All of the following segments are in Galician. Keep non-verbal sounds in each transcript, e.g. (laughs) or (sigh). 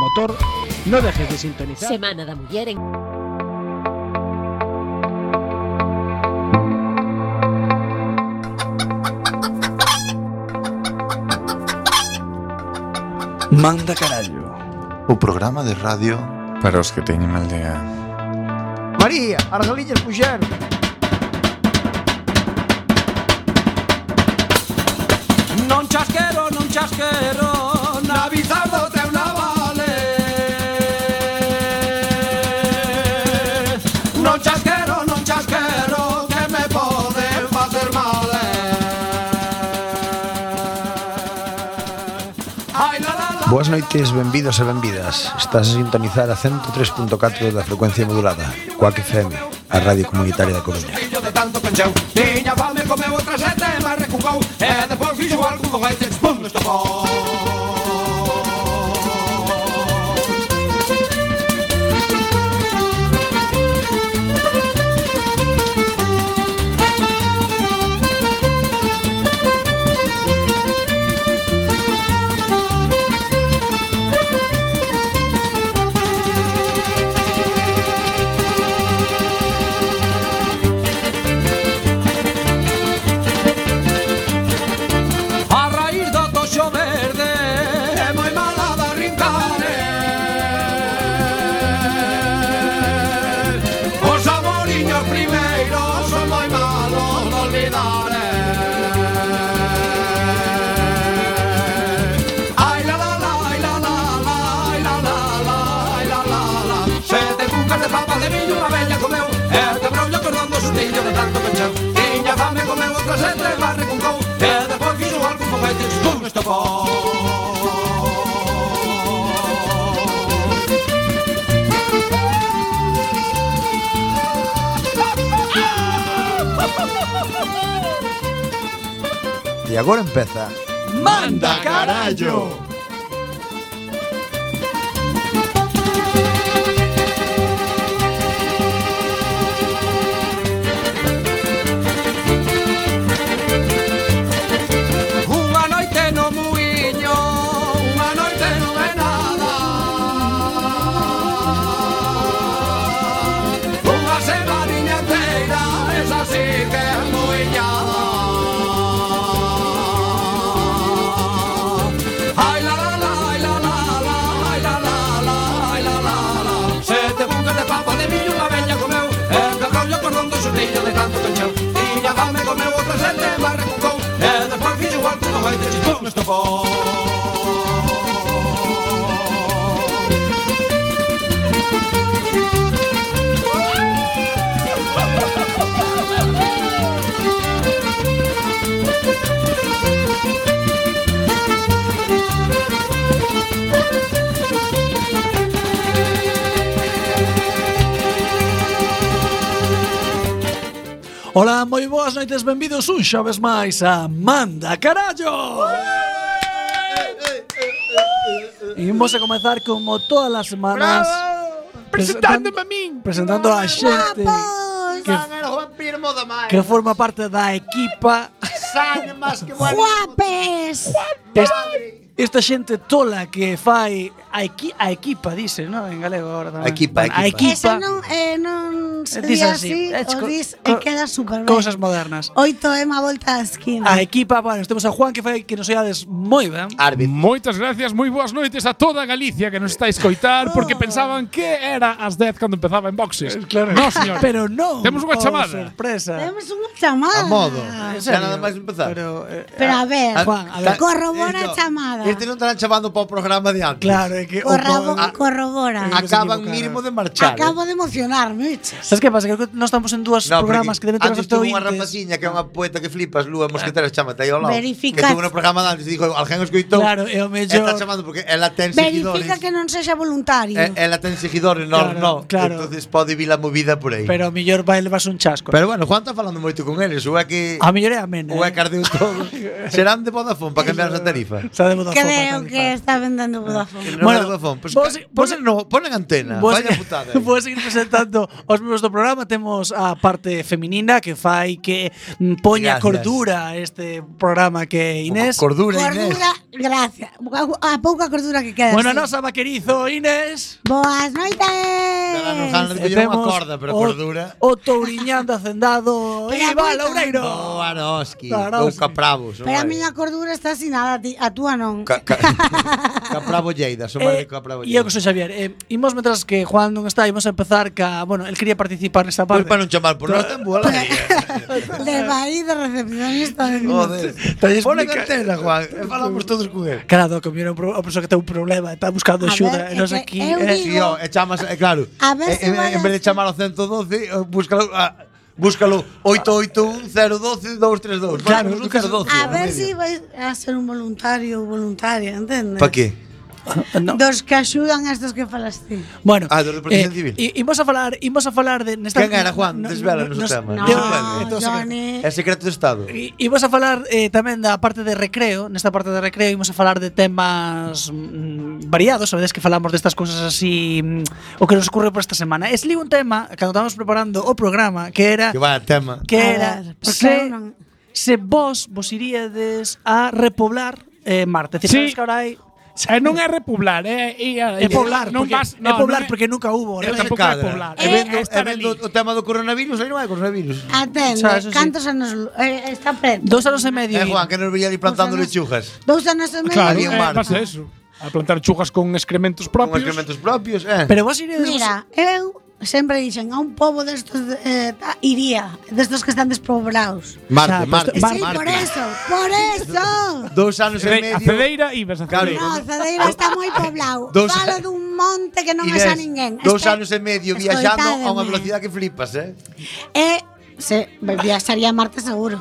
autor, no dejes de sintonizar. Semana da Muller en Manda carallo O programa de radio Para os que teñen mal día María, as galillas puxeron Non chasquero, non chasquero Na bizardo treu na vale Non chasquero, non chasquero Que me pode facer mal Ai, la, la, la. Boas noites, benvidos e benvidas Estás a sintonizar a 103.4 da frecuencia modulada Coac FM, a radio comunitaria da Coruña Fillo de tanto pencheu Tiña fame, comeu outra sete Mas recucou E depois fixo algún foguete Pum, estopou A raíz do toxo verde É moi mala da rincare Os amoriños primeiros Son moi malos de olvidar eh. Ai la la la, ai la la la Ai la la la, ai la la la Sete cucas de papa de viño Unha bella comeu E te brollo cordando sustillo de tanto pecheu Tiña fame comeu outra sete Barre con cou E depois fixo algún foguete Pum, estopou E agora empeza Manda carallo. Unha noite no muiño, unha noite non é nada. Unha semaninha inteira, esa sí que é muiñada. Ai la la la, ai la la la, ai la la la, ai la la la. Sete bucas de papa de millo unha bella comeu, e de rollo cordón do xurrillo de tanto cancheu. Tiña fame comeu outra sete, barre cucou, e despois fixo igual que unha baita chipón estopou. Ola, moi boas noites, benvidos un xoves máis a Manda Carallo Imos a comezar como todas as semanas Presentándome a min Presentando a xente que, Ana Vampiro moda máis que forma parte da equipa Sana máis que bueno Guapes. Padre Esta xente tola que fai a, equi, a equipa, dice, non? En galego agora tamén A equipa, a a equipa equipa. Esa non, eh, non se Dis di así, así, eh, o co- dis e co- queda super ben. Cousas modernas Oito é má volta da esquina. A equipa, bueno, temos a Juan que fai que nos oiades moi ben Árbitro Moitas gracias, moi boas noites a toda Galicia que nos está a escoitar porque pensaban que era as 10 cando empezaba en boxes. Claro. No, señor. Pero non Temos unha oh, chamada. sorpresa Temos unha chamada. A modo Ah, Ah, En Xa serio. nada máis empezar Pero, eh, Pero a ver, Ah, Juan, a ver. ta- Corrobora esto- a chamada. Este non estarán chamando para o programa de antes Claro, eh, é que o, corrabo, co- corrobora. Ah, Acaban equivocaron. mínimo de marchar ¿eh? Acabo de emocionarme, biches. Sabes que pasa? Que non estamos en dúas No, programas que Ah. deben ter antes bastante tuvo unha ointes. rapaciña que é unha poeta que flipas, Lúa Mosquetera, chamate aí ao lado. Verificad. Que tuvo no programa de antes e dixo, alguén escoitou. Claro, é o mellor. Está chamando porque ela ten seguidores. Eh, Verifica que non sexa voluntario. E- Ela ten seguidores, nós Claro, non. claro. Entonces pode vir a movida por aí. Pero a mellor vai levas un chasco. Pero bueno, Juan está falando moito con eles, ou é que a mellor é amena. ou é cardeu todo. (laughs) Serán de Vodafone para cambiar a tarifa. eh. Xa de Vodafone, Creo Tarifa. que está vendendo Vodafone. Non Bueno, é de Vodafone, pois vos- ca- vos- ponen no, ponen antena, Vos- (laughs) (laughs) vaya putada. Vou seguir presentando os meus nuestro programa temos a parte feminina que fai que mm, poña Gracias. cordura a este programa que é Inés. Cordura, Inés. Cordura, gracias. A, a pouca cordura que queda. Bueno, a sí. nosa vaquerizo Inés. Boas Danos noites. ganas de coller unha corda, pero cordura. O, o touriñán do (laughs) hacendado Pero Iba aguanta. Loureiro. O Aroski, Aroski. Oh, ou Capravos. Pero a miña cordura está asinada a ti, a túa non. Ca, ca, (laughs) Capravo Lleida, son máis de Capravo Eh, e eu que Lleida. sou Xavier eh, Imos metras que Juan non está Imos a empezar ca Bueno, el quería participar nesta Pois parte para non chamar por nós, ten boa (laughs) lei. Le vai de recepcionista de Joder. Pon a cantela, Juan. e Eh, Falamos todos con él. Claro, como era un pro- a persoa que ten un problema Está buscando A axuda ver, E nos é que aquí eu eh, digo- Sí, ó, e chamas, e claro. A ver e- se en, vai en vez de así. chamar ao 112, eh, búscalo a Búscalo 881-012-232. Claro, un 012. A ver si vais a ser un voluntario ou voluntaria, entendes? Pa qué? no. Dos que axudan a estos que falas ti. Bueno, eh, Ah, do de Protección Civil. i- Imos a falar, imos a falar de nesta Quen era, Juan? Desvélanos o tema. eh, No, Yo- Johnny. É secreto de Estado. I- Imos a falar eh, tamén da parte de recreo Nesta parte de recreo imos a falar de temas mm, variados Sabedes que falamos destas cousas así mm, O que nos ocurre por esta semana Es li un tema, cando estábamos preparando o programa Que era Que va, tema. que A era ver, porque se, eu non- se vos vos iríades a repoblar eh, Marte. Decir, Sí. sabes que ahora hai Eh, non é repoblar, é, é, é, é poblar, non porque, vas, é poblar non é- porque nunca hubo. Eu ¿no? tampouco é poblar. Eh, E É vendo, e estar vendo ali. o tema do coronavirus, aí non hai coronavirus. Atende, Xa, eso sí. cantos anos lu- eh, está preto? Dos anos e medio. Eh, Juan, que nos veía ali plantando Dos anos- lechugas. Dous anos e medio. Claro, Había un eh, mar. vas a eso. A plantar chujas con excrementos Con propios. excrementos propios, eh. Pero vos iríades Mira, eu sempre dixen a un pobo destos eh, ta- iría, destos que están despoblados. O sea, Marte, pues, Marte, Sí, Mar- por eso, por eso. Dos anos e Cede- A medio. Cedeira ibas a Claro. Cedeira. No, Cedeira está moi poblado. (laughs) Dos- Falo dun monte que non Inés, asa ninguén. Dos Espe- anos e medio viaxando a unha escoitádeme. velocidade que flipas, eh. E se viaxaría a Marte seguro.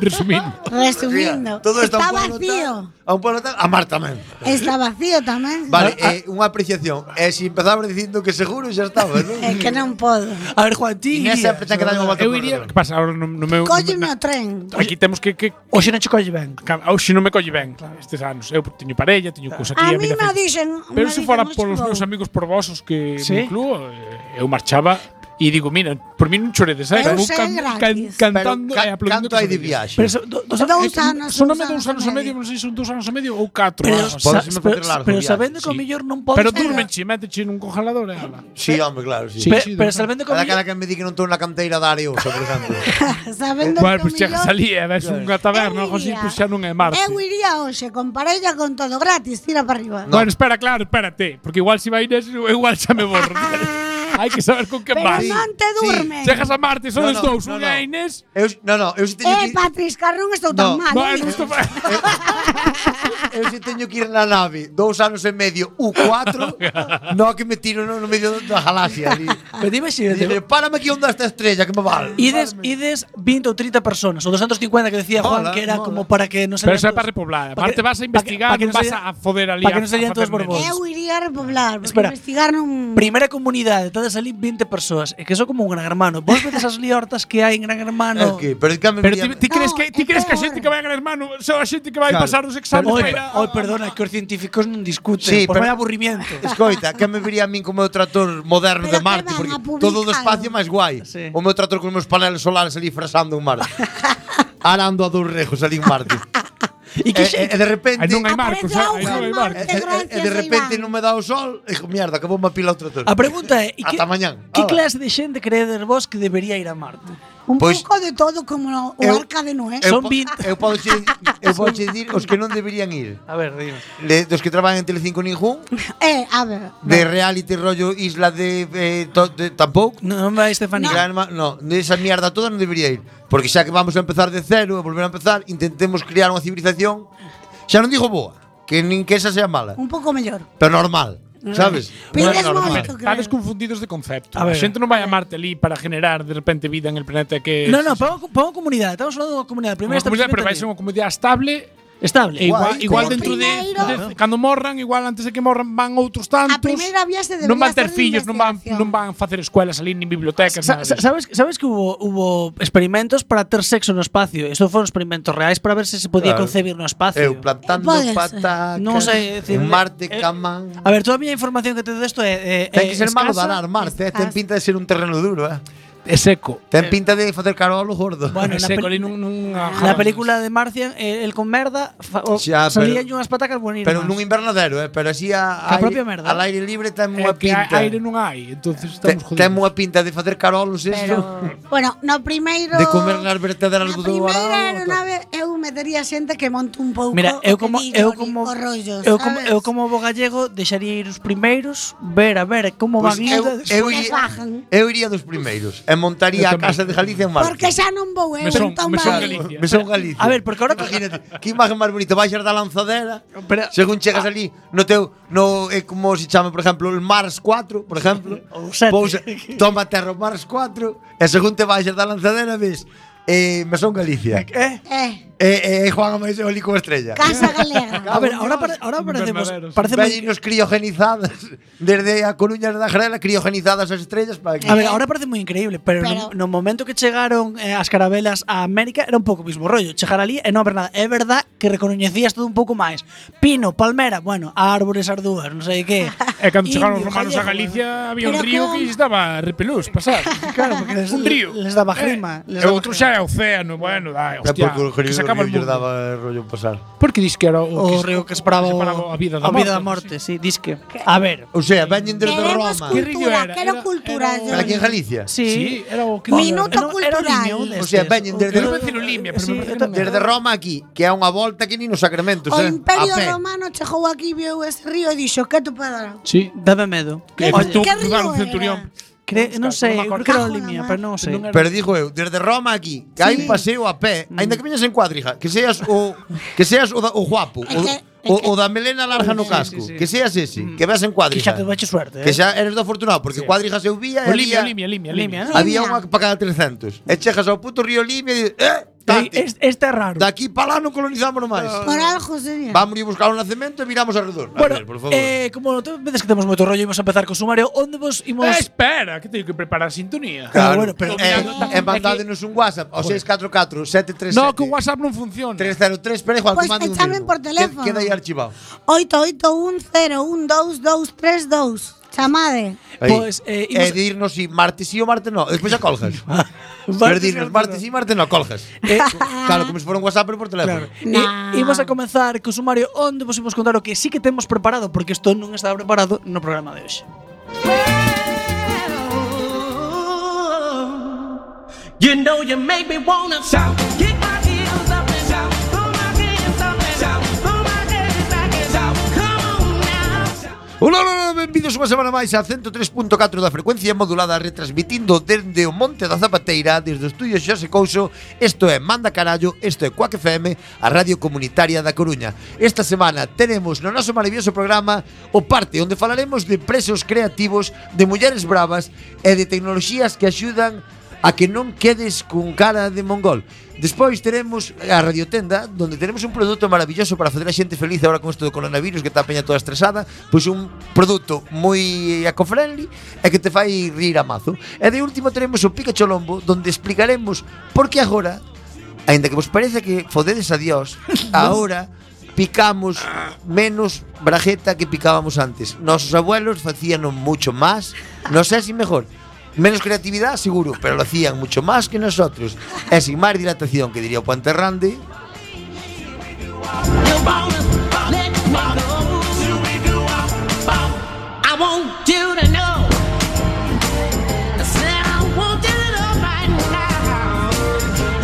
Resumindo. Resumindo, Todo isto a está un pueblo vacío. tal, A un pueblo tal, a Mar tamén. Está vacío tamén. Vale, eh, unha apreciación. E eh, se empezabas dicindo que seguro xa estaba, non? É que non podo. A ver, Juan, ti Inés sempre ten que dar unha volta Eu por iría, redor. que pasa ahora no, no meu Cólleme na- o tren. Aquí temos que que Oxe non che colle ben. ca- hoxe non me colle ben claro, estes anos. Eu teño parella, teño cousa aquí, A mí vida me feliz. dixen... Pero me se dixen fora hoxe polos vou. meus amigos porvosos que Sí. me incluo, eh, eu marchaba e digo, mira, por mí non choredes, eh? Eu vou sei gratis. cantando ca- e aplaudindo. canto hai de viaxe? Pero so- do- dos anos- Dous anos, Soname dous Eh, dous anos e medio, non sei se son dous anos e medio ou catro. Pero, anos. Podesme sa- facer pero, largo pero viaje, sabendo que o sí. mellor non podes Pero durmenche, méteche nun congelador e ala. Sí, home, claro, sí. Sí. Pero, pero sabendo que o Cada mellor cara que me di que non estou na canteira da Areosa, (laughs) por exemplo. (laughs) Sabendo Bueno, pois que o xa millón- salí e ves unha taberna, Eu algo así, iría. pois xa non é Marte. Eu iría hoxe con parella con todo gratis, tira para arriba. Bueno, espera, claro, espérate, porque igual si vai Inés, eu igual xa me borro. (laughs) Hai que saber con que Pero vas. non te Sí, durmes. Chegas a Marte, son No, os no, dous, no, unha é no. Inés. Eu, no, no, eu si teño eh, que... Patriz Carrón, estou tan No. mal. No, eh. eu estou Eu se teño que ir na nave dous anos e medio (laughs) U4 No que me tiro no, no medio da galaxia ali. Pero ti imagínate, Dile, párame aquí onda esta estrella que me vale Ides, ides 20 ou 30 personas, o 250 que decía Juan, Mola, que era mola. como para que non se Pero eso é para repoblar. Aparte vas a investigar, non vas a foder ali Para que a- non se a facer todos borbos. Eu iría a repoblar, porque Espera. investigar non... Primeira comunidade, todas ali 20 persoas, é que eso como un gran hermano. Vos vedes as liortas que hai en gran hermano. que, pero es que a mí Pero me- ti, ti No, crees que ti é crees que a peor. xente que vai a Gran Hermano só a xente que vai Claro. pasar os exames Oi, para ir per- a- oi, perdona, que os científicos non discuten, Sí, por pero- vaya (laughs) aburrimiento. Escoita, que me vería a min como o trator moderno Pero de Marte que van Porque a publicalo. todo o espacio é máis guai Sí. O meu trator con os meus paneles solares ali frasando en (laughs) Marte Arando a dous rejos ali en Marte E E, que e, e Eh, de repente Ai, non hai E, Marcos, Aparece ai, ah, auge non hai en Marcos. Marte. e, e de Gracias, repente Iván. non me dá o sol E digo, mierda, acabou me pila o trator A pregunta é, e que, Ata mañán. que Ala. clase de xente creedes vos que debería ir a Marte? Un Pois- pouco de todo como no- o Eu- arca de Noé. Eu Son po- 20. Eu podo che, eu podo che dir os que non deberían ir A ver, dime. Le, Dos que traballan en Telecinco ningún Eh, a ver. De reality rollo isla de, eh, to, de tampouco Non non vai Estefanía. Gran Ma- no, de esa mierda toda non debería ir. Porque xa que vamos a empezar de cero e volver a empezar, intentemos crear unha civilización. Xa non digo boa, que nin que esa sea mala, Un pouco mellor. pero normal, sabes? Pides Normal. moito, Estades creo. confundidos de concepto. A A, ver. xente non vai a Marte ali para generar de repente vida en el planeta que No, no, para unha comunidade, estamos falando dunha comunidade. Primeiro Unha comunidade, pero vai ser establecemento unha comunidade estable ali. Estable. E igual, Guai, igual como dentro de, primeiro- de- cando morran, igual antes de que morran van outros tantos. A primeira vía se non van debería ter facer fillos, non van investigación. non van facer escuelas ali nin bibliotecas. nada Sa- diso. sa- sabes, sabes que hubo, hubo experimentos para ter sexo no espacio. Estos foron experimentos reais para ver se se podía Claro. Eh, concebir no espacio. Eu plantando Pode ser. Ah, patacas. Non sei, decir, en Marte, eh, camán. A ver, toda a miña información que te desto é eh, Ten eh, que ser malo escasa. danar Marte, eh. ten escasa. pinta de ser un terreno duro, eh. É seco. Ten pinta de facer carolo gordo. Eh. (laughs) É Bueno, na seco ali peli- nun, nun Na película de Martian, eh, el con merda, fa, o, Xa, pero- salían unhas patacas bonitas. pero nun invernadero, eh, pero así a, Ca aire- propia merda. Eh, al aire libre ten é unha que pinta. aire non hai, entonces Te- estamos ten jodidos. unha pinta de facer carolos isto. Pero, bueno, no primeiro De comer nas Na vertederas do primeira Dourado, aeronave eu metería xente que monte un pouco Mira, o eu que como di eu Gori, como os rollos, eu como sabes? eu como bo gallego deixaría ir os primeiros, ver a ver como Pois van eu, indo. eu, Despois iría- bajan. eu iría dos primeiros e montaría Eu a tamén. Casa de Galicia en Marte. Porque xa non vou Me eu, son- entón me son vale. Galicia. Me son Galicia. A ver, porque ahora Imagínate, que imagen máis bonita, baixas da lanzadera, Pero- ah. según chegas ali, no teu, no, é como se chama, por exemplo, el Mars 4, por exemplo, (laughs) Ou sete. toma terra o Mars 4, e según te baixas da lanzadera, ves, eh, me son (laughs) Galicia. eh, Eh, Eh, eh, Juan Amáis e Oli como estrella. casa (laughs) galega. a ver, ahora pare- ahora parecemos Invernaderos. parecemos Vellinos criogenizadas (laughs) desde a Coruña da Grela, criogenizadas as estrellas para aquí. A ver, ahora parece moi increíble, pero, Pero- no, no momento que chegaron eh, as carabelas a América era un pouco o mismo rollo, chegar ali e non haber nada. É verdad que recoñecías todo un pouco máis. Pino, palmera, bueno, árbores as dúas, non sei que. (laughs) E cando chegaron os Indio, romanos a gallego, Galicia había un Pero río que con- lles daba repelús (laughs) pasar. Claro, porque les, un río. les daba grima. Eh, les e daba outro grima. xa é océano, bueno, dai, É hostia. porque o que Río se acaba do el Río lles mundo. daba rollo pasar. Por que dis que era o, o Oh, río que separaba o, a vida da a morte. vida da morte, sí, disque. A ver, O sea, veñen desde Queremos Roma. Que río cultura, era? quero Era- cultura. era o- yo. Pero aquí en Galicia. sí. Sí, era o que Minuto Era- era o cultural. Limio O sea, destes. veñen desde- Eu iba a decir o Limia, pero Sí, me parece eu que non. tamén. Desde Roma aquí, que é unha volta que nin os sacramentos, O eh? Imperio a pé. Romano chegou aquí, viu ese río e dixo, que te para? Sí. Dame medo. Que Oye, efectou que cruzar río un centurión. Cre non sei, Vamos a creo que era o cortar. Limia, pero non o sei. Pero digo eu, desde Roma aquí, que hai un paseo a pé, aínda que veñas en cuadriga, que seas o que seas o, da, o guapo, o, que- o, o da melena larga no casco, que seas ese, que veas en Que xa te cuadriga. bache suerte, eh. Que xa eres do afortunado, porque cuadrigas eu vía O e Limia, o había, Limia, Limia, Limia, Limia. non? había unha para cada 300. E chegas ao puto río Limia e dices, eh, tate, Este este é raro. de aquí para lá non colonizámonos máis. Por algo sería. Vamos ir buscar o nacemento e miramos alrededor. A Bueno, ver, por favor. eh, como te vedes que temos moito rollo, imos a empezar co sumario onde vos imos Eh, espera, que teño que preparar a sintonía. Claro, bueno, pero- eh, Dominando eh, mandádenos un WhatsApp ao 644 737 No, que o WhatsApp non funciona. 303, pero igual Pois que mande un echadme libro. por teléfono. Que- Queda aí archivado. 881012232. Chamade. Aí. Pois, eh, E imos- dirnos si martes sí ou martes no. Despois xa (laughs) colgas. pero Martes dirnos e martes martes sí, martes no, colgas. Eh, claro, como se fora un WhatsApp, pero por teléfono. Claro. E Nah. imos a comenzar co sumario onde vos imos contar o que sí que temos preparado porque isto non estaba preparado no programa de hoxe. You know you make me wanna shout. Kick my heels up and shout. Throw my hands up and shout. Throw my hands back and shout. Come on now. shout. Ola, ola, ola, benvidos unha semana máis a 103.4 da frecuencia modulada retransmitindo dende o Monte da Zapateira desde o estudio Xose Couso. Isto é Manda Carallo, isto é Cuac FM, a radio comunitaria da Coruña. Esta semana tenemos no noso maravilloso programa o parte onde falaremos de presos creativos, de mulleres bravas e de tecnoloxías que axudan a que non quedes cun cara de mongol. Despois teremos a radiotenda Donde teremos un produto maravilloso Para facer a xente feliz agora con isto do coronavirus Que está a peña toda estresada Pois un produto moi eco-friendly E que te fai rir a mazo E de último teremos o pica cholombo Donde explicaremos por que agora Ainda que vos parece que fodedes a (laughs) Dios Ahora picamos menos brajeta que picábamos antes Nosos abuelos facían mucho más No sé si mejor Menos creatividad, seguro, pero lo hacían mucho más que nosotros E sin máis dilatación, que diría o Panterrande You wanna let me know. I want you to know. I said I want you to know right now.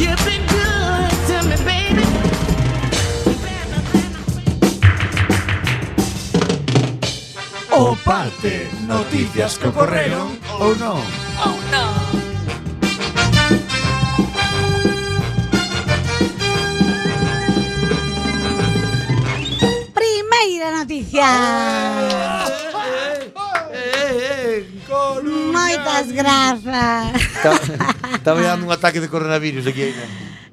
You've been good to me, baby. Better than I O parte, noticias que ocorreron ou non Primeira noticia. Moitas grazas. Estaba dando un ataque de coronavirus aquí ainda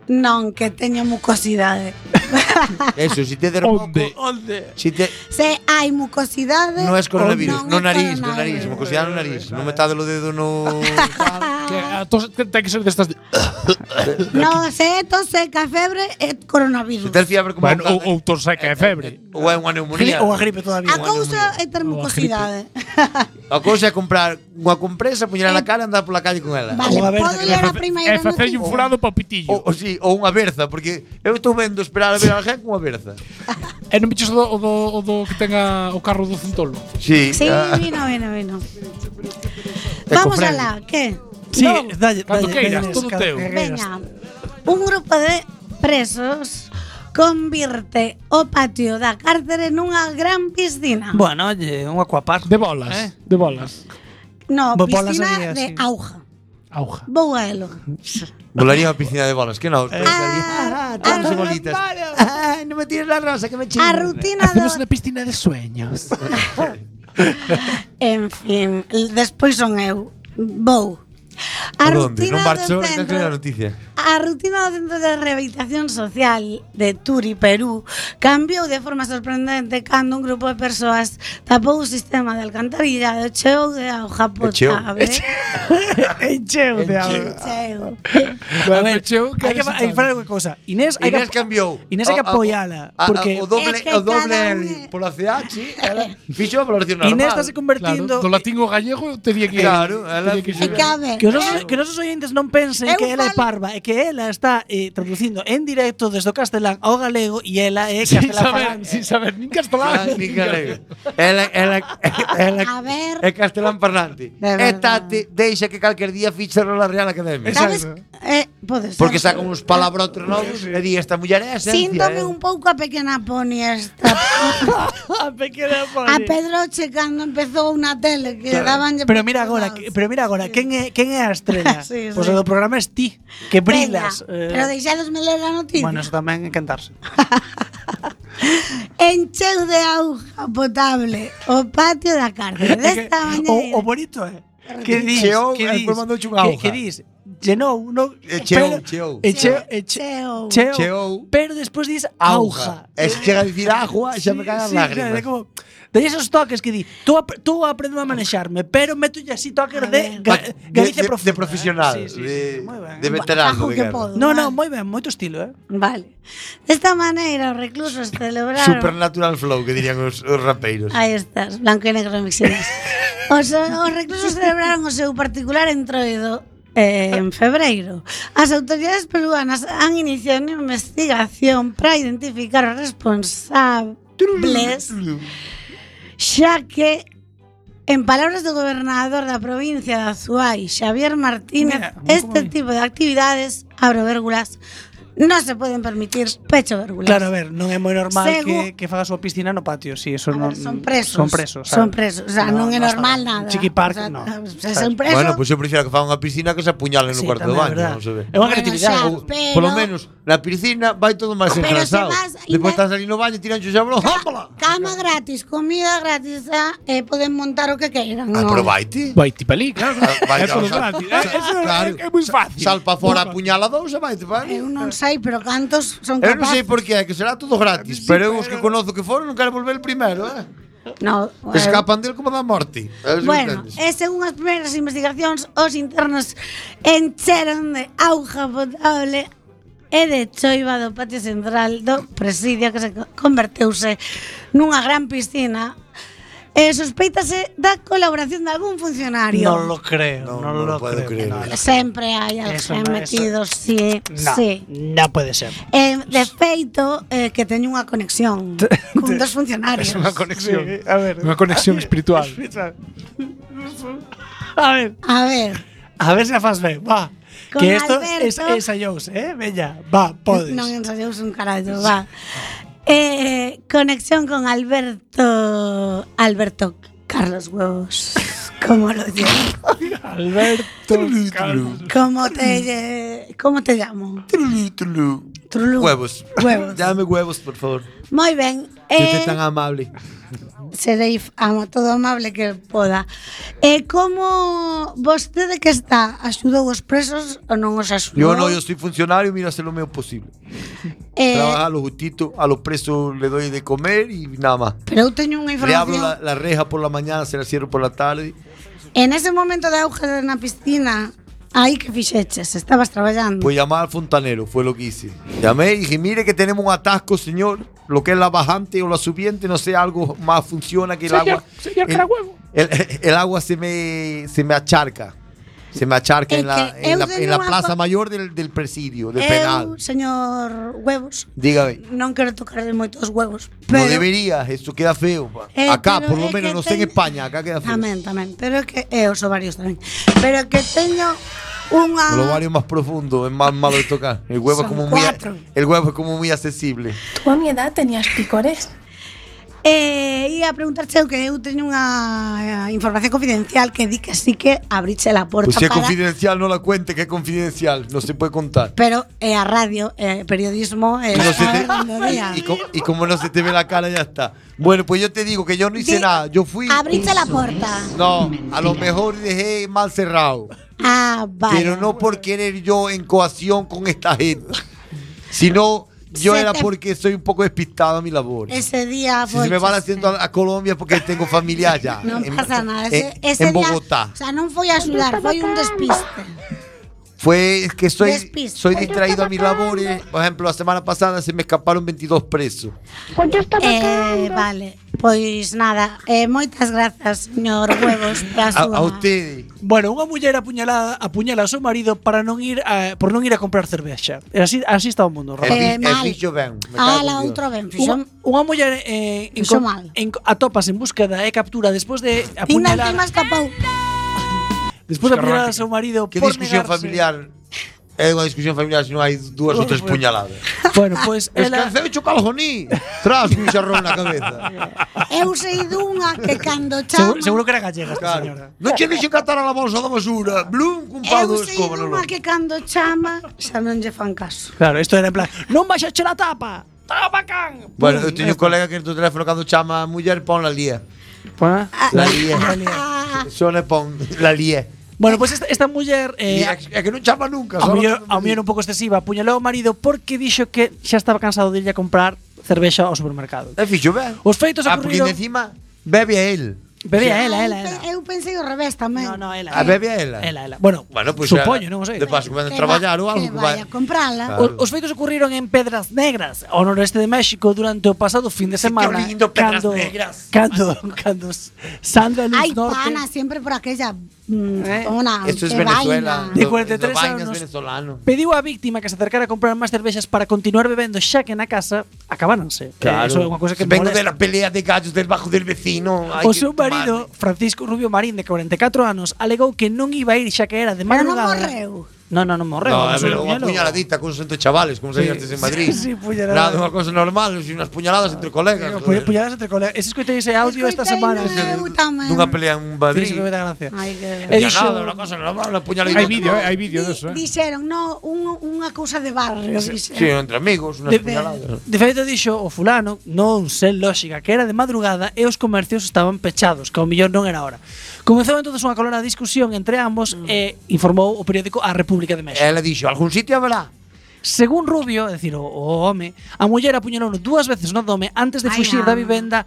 Non, que teño mucosidade. Eso, si te dermoco, Onde? si te Se hai mucosidade... no es coronavirus, non é no nariz, no coronavirus. nariz, mucosidade no nariz, no metade o (laughs) dedo no Ah. Que, a tos, que ten que ser destas. No, se é tos seca, febre e Se coronavirus. tes fiebre como Bueno, ou, ou tos seca e febre. ou é unha Gri- neumonía. Ou a gripe todavía. A cousa é ter Ou a mucosidade. A cousa é comprar unha compresa, puñela Eh, na cara e andar pola calle con ela. Vale, Ou a verga podo que ler le E a primeira facerlle un noticia? furado para o pitillo. Ou, ou, sí, ou unha berza, porque eu estou vendo esperar a ver a alguén con unha berza. E non bichos o do, o do, o do que tenga o carro do Centolo. Sí, Sí, ah, vino, vino, vino. Vamos Ecofren. alá, que? Sí, Non, dalle, cando dalle, queiras, dalle, todo cando teu. queiras. Veña, un grupo de presos convirte o patio da cárcere nunha gran piscina. Bueno, oye, un aquapark. De bolas. Eh? De bolas. no, bo- bolas piscina había, de sí. auja. Auja. Vou a elo. volaría a piscina de bolas, que non? Eh. Ah, todas ah, bolitas. Ah, non me tires la rosa, que me A rutina do... piscina de (laughs) sueños. En fin, despois son eu. Vou. A Onde? rutina Non do marcho, ten que centro ler a noticia. A rutina do Centro de Rehabilitación Social de Turi, Perú, cambiou de forma sorprendente cando un grupo de persoas tapou o sistema de alcantarillado e cheo de auga cheo. potable. Encheu de agua. (laughs) Cheo. A ver, Encheu, que hai que resultado. hai que falar unha cousa. Inés, hai Inés que cambiou. Inés hai que A- a- apoiala, a- a- porque- o doble, Es que o doble cada L un- pola CH, ela fixo a valoración normal. Inés estase Claro, convertindo do latín ao gallego tería que Claro, ela- tería que E que a llegar. ver, Que os nosos, que os nosos ointes non pensen Eu que ela é falo- parva, é que ela está eh, traducindo en directo desde o castelán ao galego e ela é (laughs) Sin castelán saber, falante. sin saber, nin castelán. Ah, nin galego. Ela, ela, ela, a ver, é castelán (laughs) parlante. De E verdade. tate deixa que calquer día fixe a Real Academia. sabes, eh, pode ser. Porque sacan uns palabrotes novos e di esta muller é a esencia. Síntome eh. un pouco a pequena poni esta. A pequena a Pedroche cando empezou na tele que dabanlle Pero mira agora, pechonadas. que- pero mira agora, quen é quen é a estrela? (laughs) Sí, sí. Pois o do Pues programa es ti, que brilas. Veña, Pero deixadosme ler a noticia. eh. bueno, eso tamén é (laughs) cantarse. Encheu de auga potable o patio da cárcere desta mañeira. o, o bonito eh. é que dis, Cheou, que e dis, despois mandouche unha que, hoja. que dis, llenou, non, E cheou, pero- cheou. e cheo, e che- Cheo. cheo, Cheou. pero despois dis auja. Eh, Auja. E se chega a dicir agua, xa me caen as lágrimas. Dai esos toques que di, tú, ap tú aprendo a manexarme, pero meto así toques A de, ver. ga Ah, De- Galicia de- profunda. de profesional, eh. Sí, sí, de- sí, moi ben. de Ba- veterano Bajo de que guerra. podo. No, no, vale. moi ben, moito estilo, eh. Vale. Desta maneira os reclusos celebraron Supernatural flow, que dirían os, os rapeiros. Aí estás, blanco e negro (laughs) mixinas. Os, os reclusos celebraron o seu particular entroido eh, en febreiro. As autoridades peruanas han iniciado unha investigación para identificar os responsables xa que En palabras do gobernador da provincia de Azuay, Xavier Mira, Martínez, un este poco- tipo de actividades, abro vérgulas, non se poden permitir, pecho vérgulas. Claro, a ver, non é moi normal Segu- que, que fagas súa piscina no patio, si, eso A non, ver, son presos. Son presos, sabe? Son presos, o sea, non é está normal ben. nada. Chiqui Park, O sea, no. se son presos. Bueno, pois pues eu prefiro que fagan unha piscina que se apuñalen no Sí, cuarto do tamén é baño, verdad. non se ve. É unha Bueno, creatividade. xa, Ou, pero- Polo menos, na piscina vai todo máis Pero engrasado. se vas, Depois Inés- estás ali no baño, tiran xa bro, hápala! Cama gratis, comida gratis, ah, e poden montar o que queiran. Ah, non? pero vaite. Vai ti pelí, claro. Ah, É vai, todo o sea, gratis. É- ¿eh? é- é- claro. É moi fácil. Salpa fora, apuñala dous e vaite, vai. Eu non sei, pero cantos son Eu non capaces. sei por que, é que será todo gratis, pero eu os que conozo que foron non quero volver primeiro, eh? No, eh, bueno. Escapan del como da morte. Eh, se Bueno, entendes? e según as primeiras investigacións, os internos encheron de auga potable e de choiva do patio central do presidio que se co- converteuse nunha gran piscina e sospeitase da colaboración de algún funcionario. Non lo creo, non, non lo lo puedo creo. creer. No, no, Sempre hai alguén Eso no, metido, sí, no, sí. non pode (laughs) ser. Eh, de feito, eh, que teño unha (laughs) conexión con dos funcionarios. conexión. a ver. Unha conexión (laughs) espiritual. A ver, A ver, a ver se a fas ben, va. Con que esto Alberto- es ensayouse, eh? Veña, va, podes. non ensayouse un carallo, va. Eh, conexión con Alberto... Alberto Carlos Huevos. (laughs) Como lo digo. Alberto Carlos. Como te... eh, eh, como te llamo? Trulú, trulú. Trulú. Huevos. Huevos. Dame huevos, por favor. Moi ben. Que Eh, usted tan amable. serei ama, todo amable que poda. E como vostede que está axudou os presos ou non os axudou? Yo no, yo soy funcionario, mira, hacer lo menos posible. eh, Trabaja a los justitos, a los presos le doy de comer y nada más. Pero eu teño unha Le abro información. la, la reja por la mañana, se la cierro por la tarde. En ese momento de auge na piscina, aí que fixeches, estabas traballando. Pues llamar al fontanero, fue lo que hice. Llamé y dije, mire que tenemos un atasco, señor. Lo que es la bajante o la subiente, no sé, algo más funciona que el agua. señor el- Carahuevo. El, el agua se me, se me acharca. Se me acharca Es en la, que en la, eu teño en la unha plaza co- mayor del, del presidio, del eu, penal. señor Huevos, Dígame. non quero tocarle moitos huevos, No pero deberías, esto queda feo. pa. Eh, acá, pero por lo es que menos, no sé ten- en España, acá queda feo. Tamén, tamén, pero é que e os ovarios tamén. Pero que teño unha El ovario es más profundo, es más malo de tocar. El huevo, es Son como muy, cuatro. el huevo es como muy accesible. ¿Tú a mi edad tenías picores? Eh, ia preguntarche eu que eu teño unha eh, información confidencial que di que sí que abriche la porta Pues si es para confidencial, no la cuente, que es confidencial. No se puede contar. pero é a radio, é periodismo, eh, é Y, no se a te- orden do día. y- y co- y como no se te ve la cara, ya está. Bueno, pues yo te digo que yo no hice Di- nada. Yo fui. Abriche la porta. No, a lo mejor dejé mal cerrado. Ah, vale. Pero no por querer yo en coacción con esta gente. Sino yo Se era te- porque soy un poco despistado a mi labor. Ese día Si se me van foches. haciendo a, a Colombia porque tengo familia allá. Non en- pasa nada. Ese, En, ese en día, Bogotá. o sea, non foi a axudar, foi un despiste. Fue es que soy, Despiste. soy distraído a mis labores. Por ejemplo, la semana pasada se me escaparon 22 presos. Eh, vale. Pois nada, eh, moitas grazas, señor Huevos, para a A, súa... a ustedes. Bueno, unha muller apuñalada apuñala a seu marido para non ir a, por non ir a comprar cervexa. E Así, así está o mundo, El, Rafa. Eh, bi- el mal. bicho ven. me Ah, cago en la Dios. outra ben, Unha, fixo unha muller eh, Fixo mal. enco- atopas en búsqueda e captura despois de Din encima apuñalar, escapou. despois de apuñalar a seu marido ¿Qué por discusión negarse- familiar? Es una discusión familiar si no hay dos o tres puñaladas. Bueno, pues, pois (laughs) Es que ela hace ocho palos joní. Tras un charrón en la cabeza. Eu sei dunha que cando seguro, chama... seguro que era gallega esta señora. Claro. No quieres encantar a la bolsa de basura. Blum, un Eu palo de sei escoba. no, no. dunha que cando chama xa non lle fan caso. Claro, isto era en plan, non vais a echar a tapa. Tapa can. Pues, Bueno, yo tengo un colega que en tu teléfono cuando llama a mujer pon la lía. pues, Ah. La lía. Yo le pon la lía. Bueno, pois esta, esta muller eh, Y a, a que no chapa nunca. A solo- mellor, a mellor un pouco excesiva, apuñalou ao marido porque dixo que xa estaba cansado de ir a comprar cervexa ao supermercado. É fixo, ben. Os feitos Ah, porque ocurriron- encima bebe a él. Bebe a ela, ela, Ah, ela. Eu pensei o revés tamén. No, no, ela. A Ah, bebe a ela. Ela, ela. Bueno, pues Bueno, pois supoño, ela- non o sei. De paso, que van a traballar ou algo. Que Que vai a vai. comprala. Claro. O- Os feitos ocurriron en Pedras Negras, ao noroeste de México, durante o pasado fin de semana. lindo, Pedras cando, Negras. Cando, cando s- Sandra Luz Ay, Norte… pana, siempre por aquella mm, Eh, zona. Esto es que Venezuela. vaina. De 43 No, no vainas anos. venezolano. Pediu á víctima que se acercara a comprar máis cervexas para continuar bebendo xa que na casa acabáronse. Eh, Eso é unha cousa que me Vengo molesta. de la pelea de gallos del bajo del vecino. hay O que seu marido, tomarme. Francisco Rubio Marín, de 44 anos, alegou que non iba a ir xa que era de Pero non madrugada. morreu. No, no, non morreu. non No, a ver, solo una apuñalou. puñaladita con entre chavales, como se Sí, dice antes en sí, Madrid. sí, puñaladas. Nada, una cosa normal, y unas puñaladas entre colegas. Pu- joder. Puñaladas entre colegas. Ese escoitei ese audio esta Escoitei semana. no meu tamén. Nunha pelea Sí, en Madrid. sí, que me da gracia. Ai, E que... dixo- Puñalada, una cosa normal, una puñaladita. Hay vídeo, eh, hay vídeo de eso, eh. Dixeron, no, un, unha cousa de barrio, dixeron. Sí, entre amigos, unas De, puñaladas. de feito dixo o fulano, non sen lógica, que era de madrugada e os comercios estaban pechados, que ao millón non era hora. Comezou entonces unha colona de discusión entre ambos e informou o periódico A República de México. Ela dixo, algún sitio habrá? Según Rubio, é dicir, o, o home, a muller apuñalou dúas veces no dome antes de Ai, fuxir da ama. vivenda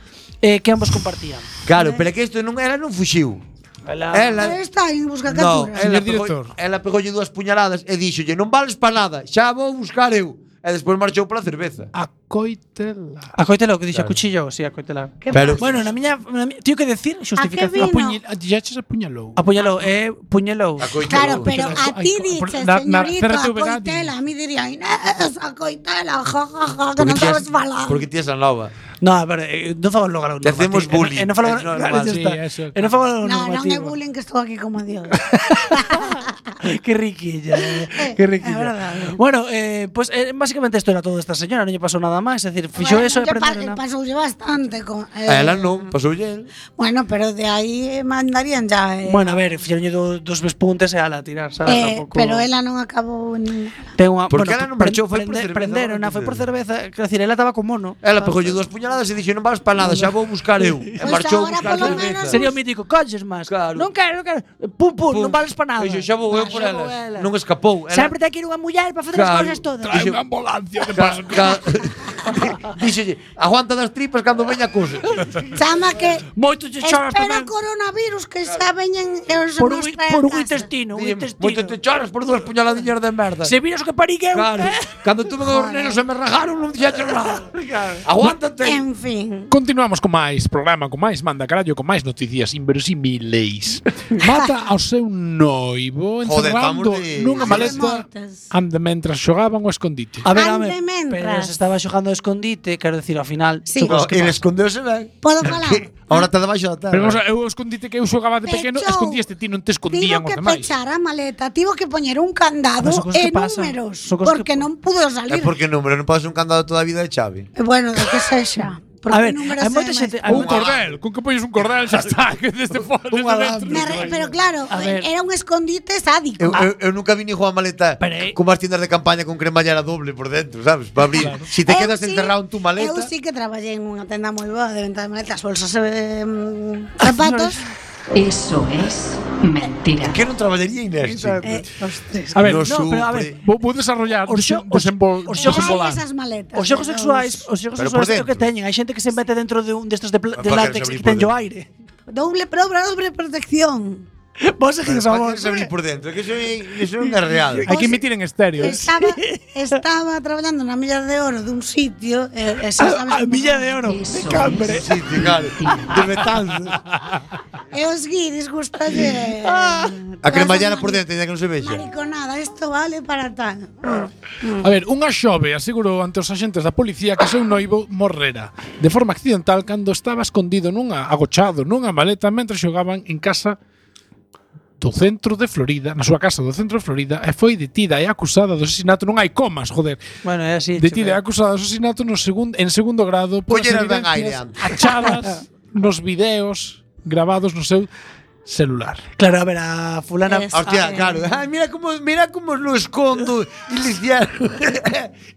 eh, que ambos compartían. Claro, pero é que isto non ela non fuxiu. Ela, Pero Eh. Ela está en busca No, captura. ela Señor pegou, director. ela pegoulle dúas puñaladas e dixolle non vales para nada, xa vou buscar eu. E despois marchou pola cerveza. A coitela. acoitela o que dixo, acuchillo, si, sí, acoitela. Que Pero- pasa? Bueno, na miña, na miña tío que decir A que xustificación. vino? ah, Ya se apuñalou. Apuñalou, eh, puñalou. Acoitou. Claro, pero a Ay, ti co- dices, por- na- na- señorito, a CRT vegano. coitela. A mí diría, Inés, a coitela, ja, ja, ja, que non sabes falar. Porque ti és a nova. No, a ver, eh, non falo logo Te hacemos bullying, E non falo es normal. ya Sí, está. eso, E non falo logo No, non é bullying que estou aquí como Dios. (laughs) Qué riquilla, eh, qué riquilla. bueno, eh, pues eh, básicamente esto era todo de esta señora, non lle pasou nada máis, é dicir, fixo eso e aprenderon a... Pasoulle bastante con... eh, A ela non, pasoulle el. Bueno, pero de aí eh, mandarían ya... Eh, Bueno, a ver, fixeronlle do, dos vespuntes e ala tirar, sabes, eh, tampouco. pero ela non acabou nin... Ten unha, Porque ela non marchou, foi por cerveza, Prenderon, vamos a foi por dicer. cerveza, quero dicir, ela estaba con mono. Ela pegoulle dúas puñaladas e dixo non vas para nada, xa vou buscar eu. E Pois marchou ahora, buscar polo cerveza. menos, Sería o mítico, colles máis. Claro. Non quero, non quero. Pum, pum, non vales para nada. Dixo xa vou eu por Xa vou elas. ela. Non escapou. Ela- Sempre te quero unha muller para facer as Claro. cousas todas. Dixo- ambulancia de Ca- ca- (laughs) Díxolle, aguanta das tripas cando veña a cousa. Chama que... Moito che choras tamén. Espera coronavirus que xa veñen e os Por un, irmãos traen por un casa. intestino, un Dixen, intestino. moito te choras por dúas puñaladiñas de merda. Se viras o que parigue eu, Claro, eh? cando tuve os nenos se me rajaron non dixeron nada. Aguántate. En fin. Continuamos con máis programa, con máis manda carallo, con máis noticias inverosímiles. Mata ao seu noivo Joder, encerrando vamos de- nunha maleta Mortes. ande mentras xogaban o escondite. A ver, a Ande ver, pero mentras. se estaba xogando escondite, quero decir, ao final... Sí. chocos, que el pasa? escondeu-se ben. Podo falar? Que (laughs) Ahora está debaixo da Pero vamos terra. a, eu o escondite que eu xogaba de pequeno, Pechou. escondías ti, non te escondían Tivo os que demais. pechar a maleta, tivo que poñer un candado Pero son cosas e que pasan, números, son cosas que- porque Eh, non pudo É salir. porque número non podes un candado toda a vida de chave. E Bueno, de que sexa. Porque A ver, números hai moita ademais. xente... hai Ou un moita- cordel, con que poñes un cordel xa está, (laughs) que desde fora, desde dentro. Me re- Pero claro, A ver. Eh, era un escondite sádico. Eu, eu, eu nunca vi ni Juan Maleta Pero, eh. con unhas tiendas de campaña con cremallera doble por dentro, sabes? Para abrir. Si Eu te quedas sí- encerrado en tu maleta. Eu sí que traballei en unha tenda moi boa de venta de maletas, bolsas e mm, zapatos. Eso es mentira. Que non traballaría Inés? eh, hostes. A ver, No no, pero a ver, supre. vou, vou desarrollar, Os xo- desen- desembol, (laughs) os xogos- desembolar. Ai, esas maletas. Os xogos de dos. sexuais, os xogos Pero por sexuais é o que dentro. teñen. Hai xente que se mete dentro de un destes de, pl- de Pa- pa que látex que se abrir por ten o dentro. aire. (laughs) Doble probra, doble protección. Vos se que Para sabor. que se abrir por dentro, que iso é iso é unha real. Hai que emitir en estéreo. eh. (laughs) Estaba, estaba traballando na milla de oro dun sitio e, e xa A, sabes a como Ah, milla son. de oro. Eso Cambre. Sí, tío, claro. De metal. E os guiris gustalle (laughs) eh, Ah. A cremallera traer por dentro, ainda que non se vexa. Mariconada, isto vale para tal. A ver, unha xove asegurou ante os axentes da policía que o seu noivo morrera de forma accidental cando estaba escondido nunha agochado nunha maleta mentre xogaban en casa do centro de Florida, na súa casa do centro de Florida, e foi detida e acusada do asesinato, non hai comas, joder, Bueno, é así. detida e acusada do asesinato no segundo, en segundo grado por Colleras ben aire evidencias antes. (laughs) achadas nos videos grabados no seu celular. Claro, a ver, a fulana... Es- Ah, Ay. Hostia, claro. Ay, mira como mira como lo escondo. Y le hicieron, (laughs)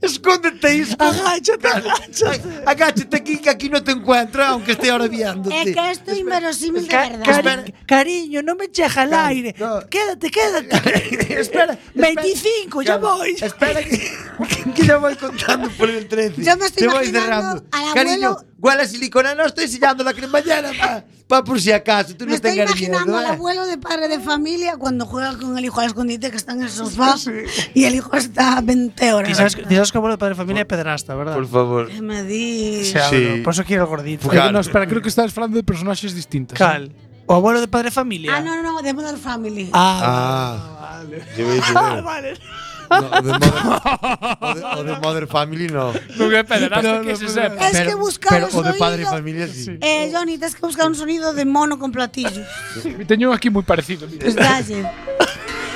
Escóndete, isco. Agáchate, (laughs) Ay, Agáchate aquí que aquí no te encuentro, aunque esté ahora viéndote. É que isto é inverosímil de Ca- cari- verdad. cariño, non me cheja al aire. no. Quédate, quédate. (laughs) (laughs) espera, espera. 25, ya Claro, voy. Espera que, que (laughs) ya voy contando por el 13. Yo me estoy Te voy imaginando cerrando. al Cariño, abuelo- guarda silicona, no estoy sellando la cremallera pa, pa por si acaso, tú Me no estoy tengas imaginando miedo. al ¿eh? abuelo de padre de familia cuando juega con el hijo al escondite que está en el sofá y el hijo está a 20 horas. Ti sabes, ti sabes que o abuelo de padre de familia é pedrasta, verdad? Por favor. Que me di. Claro, Sí. Por eso quiero el gordito. É que Claro. No, espera, creo que estás falando de personaxes distintas. Cal. O abuelo de padre de familia. Ah, no, no, de Modern Family. Ah, Ah, (laughs) vale. vale. o, de Mother, o, de, o de Mother Family no. Non é pederasta que se sepa. es que buscar un Pero o de sonido. Padre Familia sí. Eh, Johnny, tienes que buscar un sonido de mono con (laughs) platillos. Teño aquí moi parecido. Mira. Pues dalle.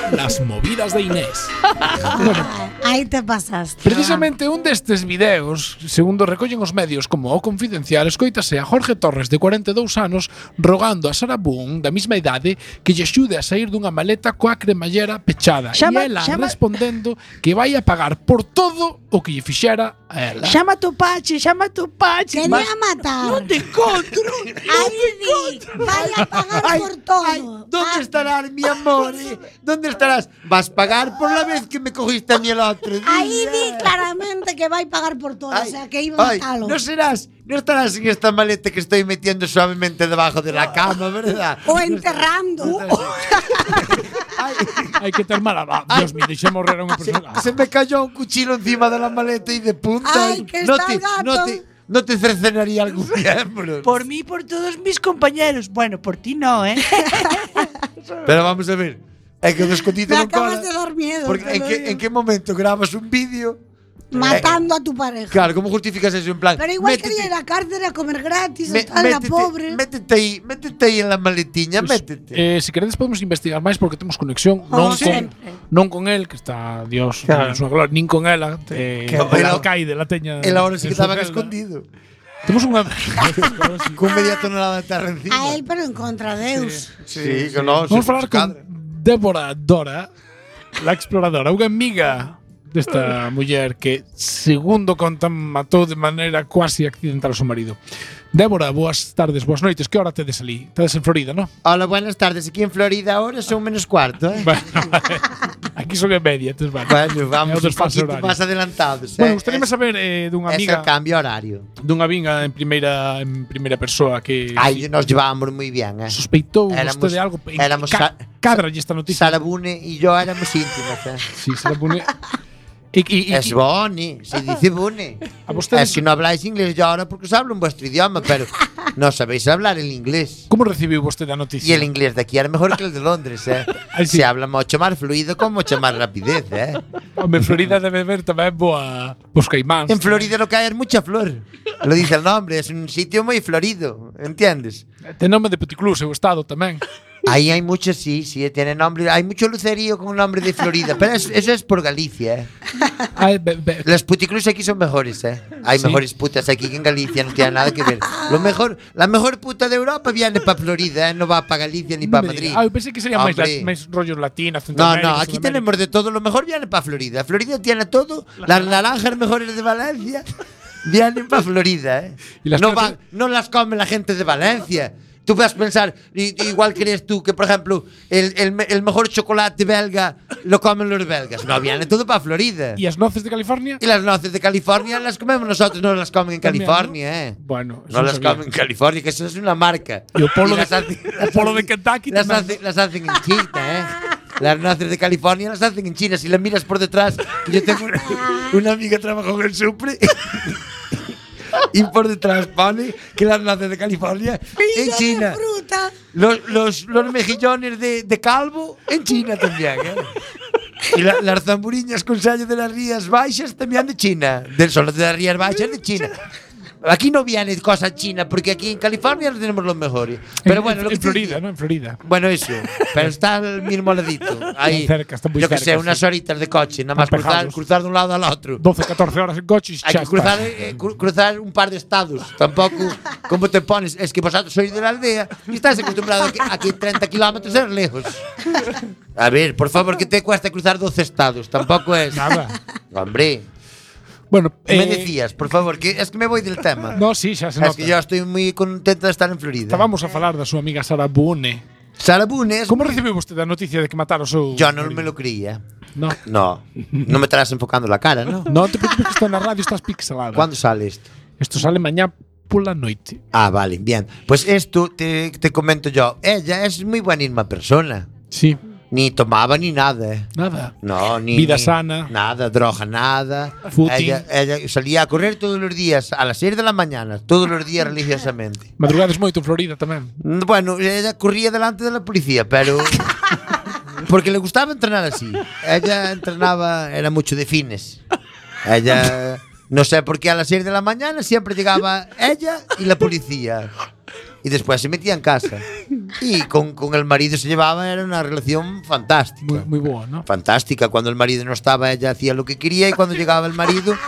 Las movidas de Inés. Ah, Ahí te pasaste. Precisamente un destes videos, segundo recollen os medios como o Confidencial, escoítase a Jorge Torres, de 42 anos, rogando a Sara Boone, da mesma idade, que lle axude a sair dunha maleta coa cremallera pechada. e Chama- ela chama- respondendo que vai a pagar por todo o que lle fixera a ela. Llama a tu pache, llama a tu pache. Quería Vas- matar. No te encontro. Ahí di, vaya a pagar por todo. ay, ¿Dónde Ah, estarás, mi amor? eh? ¿Dónde estarás? Vas a pagar por la vez que me cogiste a mí el otro día. Ahí di claramente que va a pagar por todo, Ay, o sea, que iba a ay, matarlo. no serás, no estarás en esta maleta que estoy metiendo suavemente debajo de la cama, ¿verdad? O enterrando. Ay, Hai que ter mala... Ah, Dios mío, (laughs) deixe morrer a unha persona. se me cayó un cuchillo encima de la maleta y de punta. Ay, y que no, está el te, gato. no te, no te cercenaría (laughs) algún miembro. Por mí, y por todos mis compañeros. Bueno, por ti no, (laughs) ¿eh? Pero vamos a ver, es que el escondite Me no acabas cola, de dar miedo. porque te en lo qué, digo. en qué momento grabas un vídeo matando a tu pareja. Eh, Claro, ¿cómo justificas eso? En plan, Pero igual métete- quería ir a la cárcel a comer gratis, me- a la pobre. Métete aí, métete aí en la maletiña, Pues, métete. Eh, se queredes podemos investigar máis porque temos conexión Oh, non Como con, sempre. non con el que está Dios claro. Claro. na súa gloria, nin con ela, eh, que- que el- el alcaide la teña. El ahora sí en que súa estaban celda. escondido. Temos unha (laughs) con media tonelada de terra encima. A él, pero en contra de Deus. Sí, que no, Vamos se falar con Débora Dora, la exploradora, unha amiga desta muller que, segundo contan, matou de maneira quasi accidental o seu marido. Débora, boas tardes, boas noites. Que hora tedes ali? Tedes en Florida, no? (laughs) Hola, buenas tardes. Aquí en Florida ahora son menos cuarto, ¿eh? Aquí son en media, entonces vale. (laughs) Bueno, vamos Outros un pasos poquito horarios. más adelantados. Bueno, gustaríame saber eh, dunha es amiga el cambio horario. dunha amiga en primeira en primeira persoa que Ay, nos llevábamos muy bien, ¿eh? Sospeitou vostede algo en- Éramos ca- cadra esta noticia. Sarabune y yo éramos íntimos, ¿eh? Sí, (laughs) Sarabune. Y, y- y- es Boni, se dice Boni. ustedes- Es que no habláis inglés yo ahora porque os hablo en vuestro idioma, pero no sabéis hablar el inglés. ¿Cómo recibió usted la noticia? Y el inglés de aquí era mejor que el de Londres, ¿eh? Se habla mucho más fluido con mucha más rapidez, ¿eh? Hombre, Florida debe ver tamén boa Os caimáns. En Florida lo que hay es mucha flor. Lo dice el nombre, es un sitio muy florido, ¿entiendes? Ten nombre de Puticlus, eu estado tamén. Ahí hay mucho, sí, sí, tiene nombre. Hay mucho lucerío con nombre de Florida, pero es- eso es por Galicia, ¿eh? Las puticlus aquí son mejores, ¿eh? Hay Sí. mejores putas aquí que en Galicia, no tiene nada que ver. Lo Ah. mejor, la mejor puta de Europa viene para Florida, ¿eh? No va para Galicia ni No para me Madrid. diga. Ah, eu pensei que sería máis, Hombre. la, máis rollos latinas, No, Centroamérica, no, aquí Sudamérica. tenemos de todo. Lo mejor viene para Florida. Florida tiene todo. Las naranjas mejores de Valencia vienen para Florida, ¿eh? no, van- no las come la gente de Valencia. Tú vas a pensar, i- igual crees tú que, por ejemplo, el, el me- el mejor chocolate belga lo comen los belgas. No, viene todo para Florida. ¿Y las noces de California? Y las noces de California las comemos nosotros, no las comen en También, California, ¿eh? Bueno, eso no las sabía. comen en California, que eso es una marca. Y o polo de- las (laughs) hacen- o polo de Kentucky las tamén. hacen, las hacen en China, ¿eh? Las noces de California las hacen en China. Si las miras por detrás, yo tengo una, una amiga que trabaja en el Supre. (laughs) Y por detrás pone que las noces de California en China. Fruta. Los, los, los mejillones de, de calvo en China también, ¿eh? Y la- las zamburiñas con sallo de las Rías Baixas también de China. Del sol de las Rías Baixas de China. Aquí no viene cosa china, porque aquí en California lo tenemos los mejores. Pero En- bueno, en, lo que en te Florida, ¿no? En Florida. bueno, eso. Pero está al mismo ladito. Ahí. Están cerca, están muy yo que cerca, sé, unas sí. horitas de coche, nada más Están cruzar, pegados. cruzar de un lado al otro. 12, 14 horas en coche y Hay xa que está. cruzar, eh, cru- cruzar un par de estados. Tampoco, como te pones, es que vosotros sois de la aldea y estás acostumbrado a que, a que 30 kilómetros es lejos. A ver, por favor, ¿qué te cuesta cruzar 12 estados? Tampoco es. Nada. Hombre. Bueno, me eh, decías, por favor, que es que me voy del tema. No, sí, ya se Es nota. que yo estoy muy contento de estar en Florida. Estábamos a falar da súa amiga Sara Bune. Sara Bune Como recibiu vostede a noticia de que mataron o seu Yo no me lo creía. No. No, no me estarás enfocando la cara, ¿no? No te preocupes que está na radio, estás pixelada. (laughs) ¿Cuándo sale esto? Esto sale mañana por la noche. Ah, vale, bien. Pues esto te, te comento yo. Ella es muy buenísima persona. Sí. Ni tomaba ni nada. eh. Nada. No, ni. Vida ni- sana. Nada, droga, nada. Footing. Ella, ella salía a correr todos los días, a las 6 de la mañana, todos los días religiosamente. Madrugades moito en Florida tamén. Mm, Bueno, ella corría delante de la policía, pero. Porque le gustaba entrenar así. Ella entrenaba, era mucho de fines. Ella. No sé por qué a las 6 de la mañana siempre llegaba ella y la policía. Y después se metía en casa. Y con, con el marido se llevaba, era una relación fantástica. Muy, muy boa, ¿no? Fantástica. Cuando el marido no estaba, ella hacía lo que quería y cuando llegaba el marido,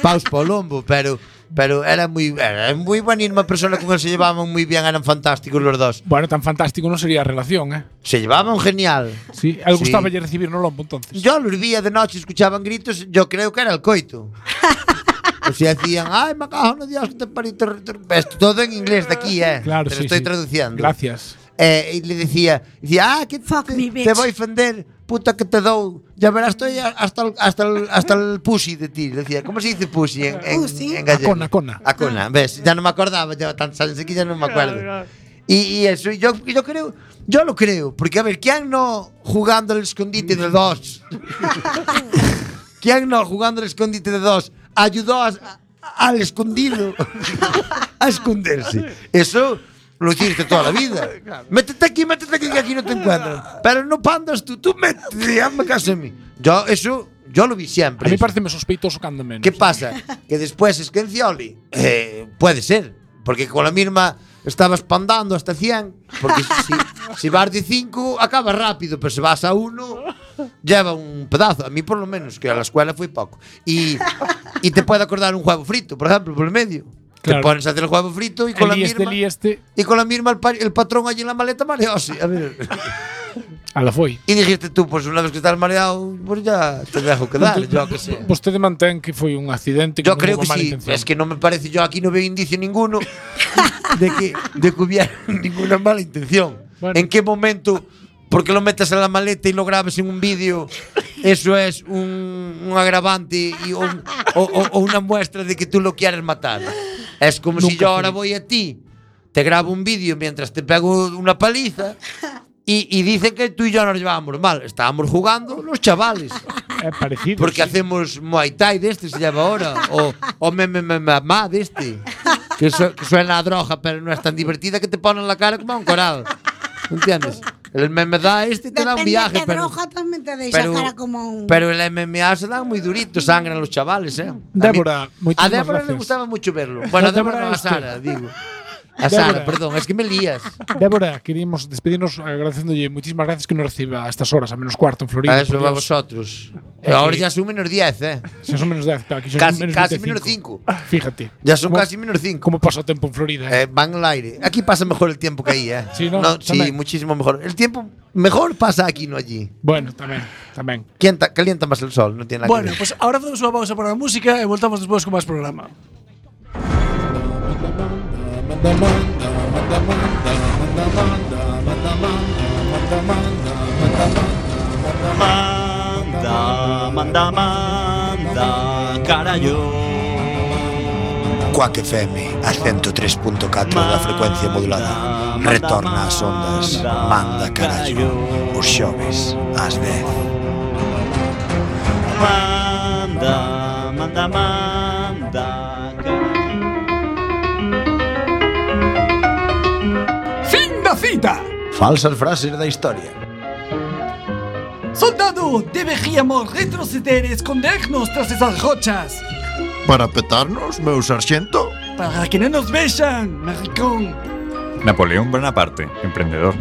paus polombo. Pero, pero era muy, era muy buenísima persona con él, se llevaban muy bien, eran fantásticos los dos. Bueno, tan fantástico non sería a relación, eh? Se llevaban genial. Sí, a él Sí. gustaba lle recibir no lombo, entonces. Yo los veía de noche, escuchaban gritos, yo creo que era el coito. O sea, decían, ay, me cago en Dios, que te parí, te- te-". Esto todo en inglés de aquí, ¿eh? Claro, te lo sí, estoy sí. traduciendo. Gracias. Eh, y le decía, decía, ah, que te, te voy a ofender, puta que te doy. Ya verás, estoy a- hasta el, hasta el, hasta el pussy de ti. Le decía, ¿cómo se dice pussy en, en, en gallego? Acona, acona. Acona, ves, ya no me acordaba, lleva tantos años aquí, ya no me acuerdo. Y, y eso, y yo, yo creo, yo lo creo, porque a ver, ¿quién no jugando al escondite de dos? ¿Quién no jugando al escondite de dos ayudó a- a- al escondido a esconderse? Eso lo hiciste toda la vida. Métete aquí, métete aquí, que aquí no te encuentran. Pero no pandas tú, tú métete, hazme caso a mí. Yo, eso, yo lo vi siempre. A mí pareceme sospeitoso cando menos. ¿Qué pasa? que después Esquencioli, eh, puede ser, porque con la misma estabas pandando hasta 100, porque si, si vas de 5 acabas rápido, pero si vas a 1 lleva un pedazo, a mí por lo menos, que a la escuela fui poco. Y, y te puede acordar un huevo frito, por ejemplo, por el medio. Claro. Te pones a hacer el huevo frito y con la Elías de misma Elías de- y con la misma el, pa- el patrón allí en la maleta mareóse. (laughs) A ver. A Ah, la foi. Y dijiste tú, pues una vez que estás mareado, pues ya te dejo quedar, yo que sé. Vostede mantén que foi un accidente que Yo non creo hubo que mala sí. intención. Es que no me parece, yo aquí no veo (laughs) indicio ninguno de que, de que hubiera (laughs) ninguna mala intención. Bueno. ¿En qué momento? Porque lo metes en la maleta y lo grabes en un vídeo, eso es un, un agravante y un- o, o- o una muestra de que tú lo quieres matar. Es como si Nunca yo ahora fui. voy a ti, te grabo un vídeo mientras te pego una paliza y, y dicen que tú y yo nos llevábamos mal. Estábamos jugando los chavales. É parecido. Porque hacemos Muay Thai de este, se llama ahora. O, o me, me, me, mamá de este. Que, su- que suena a droga, pero no es tan divertida que te ponen la cara como a un coral. ¿Entiendes? El MMA este te da un viaje, de pero, droga tamén te deixa pero- cara como un... pero el MMA se da muy durito, sangran los chavales, ¿eh? A mí- Débora, a muchísimas Débora le gracias. gustaba mucho verlo. Bueno, a No, Débora Débora no, a este. Sara, digo. A Sara, Débora. perdón, es que me lías. Débora, queríamos despedirnos agradeciéndolle muchísimas gracias que nos reciba a estas horas, a menos cuarto en Florida. A por eso a Dios. vosotros. Eh, Ahora ya son menos 10, ¿eh? Si son menos 10, claro, aquí son Casi- menos casi 25. menos cinco. Fíjate. Ya son Como- casi menos 5. Como pasa o tempo en Florida. eh? Eh, van al aire. Aquí pasa mejor el tiempo que ahí, ¿eh? Sí, ¿no? sí, También. muchísimo mejor. El tiempo mejor pasa aquí, no allí. Bueno, tamén, tamén. Calienta, calienta más el sol, no tiene nada Bueno, que ver. pues ahora hacemos una pausa para la música y voltamos después con más programa. Manda, manda, manda, carallo. Quack FM, a 103.4 da frecuencia modulada. Retorna ás ondas, manda carallo, os xoves, ás 10. Manda, manda, manda. Fin da cita. Falsas frases da historia. Soldado, deberíamos retroceder y escondernos tras esas rochas. Para petarnos, meu sarxento? Para que no nos vean, maricón. Napoleón Bonaparte, emprendedor.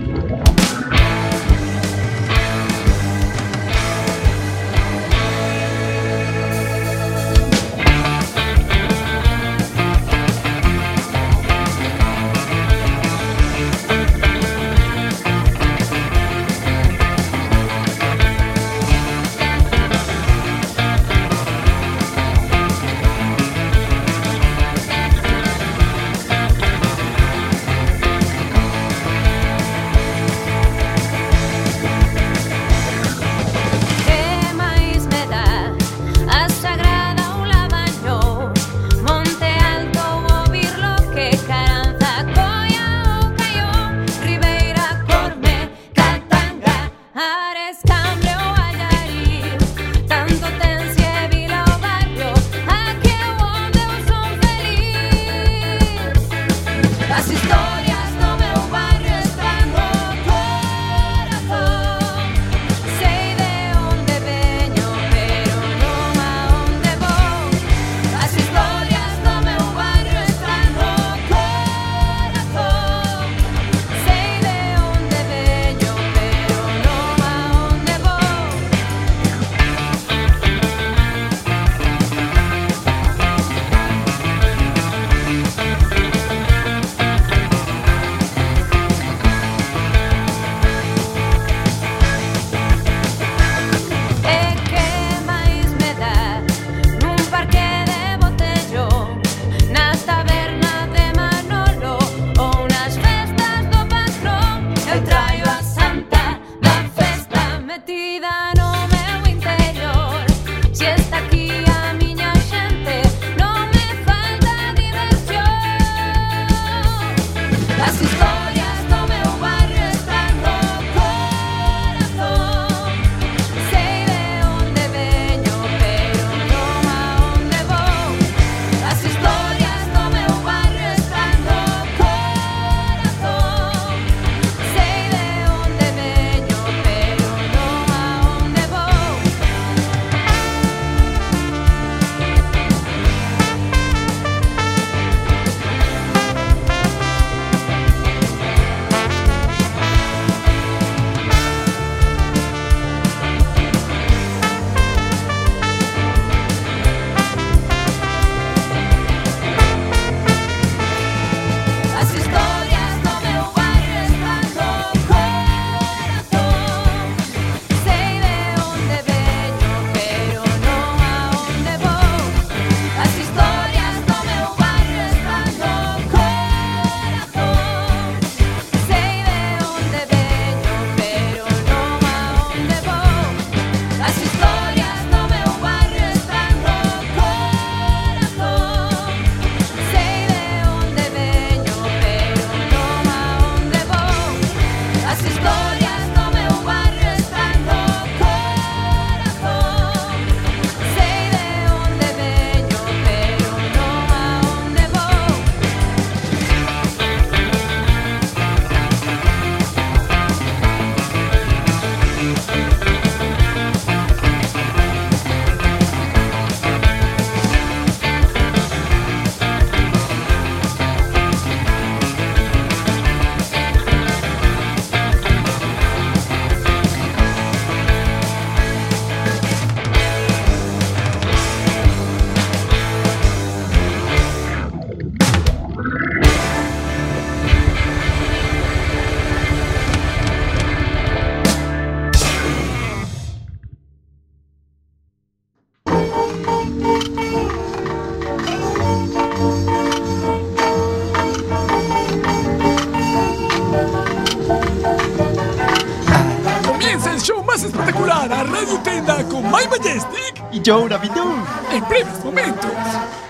llora, bidú. En breves momentos.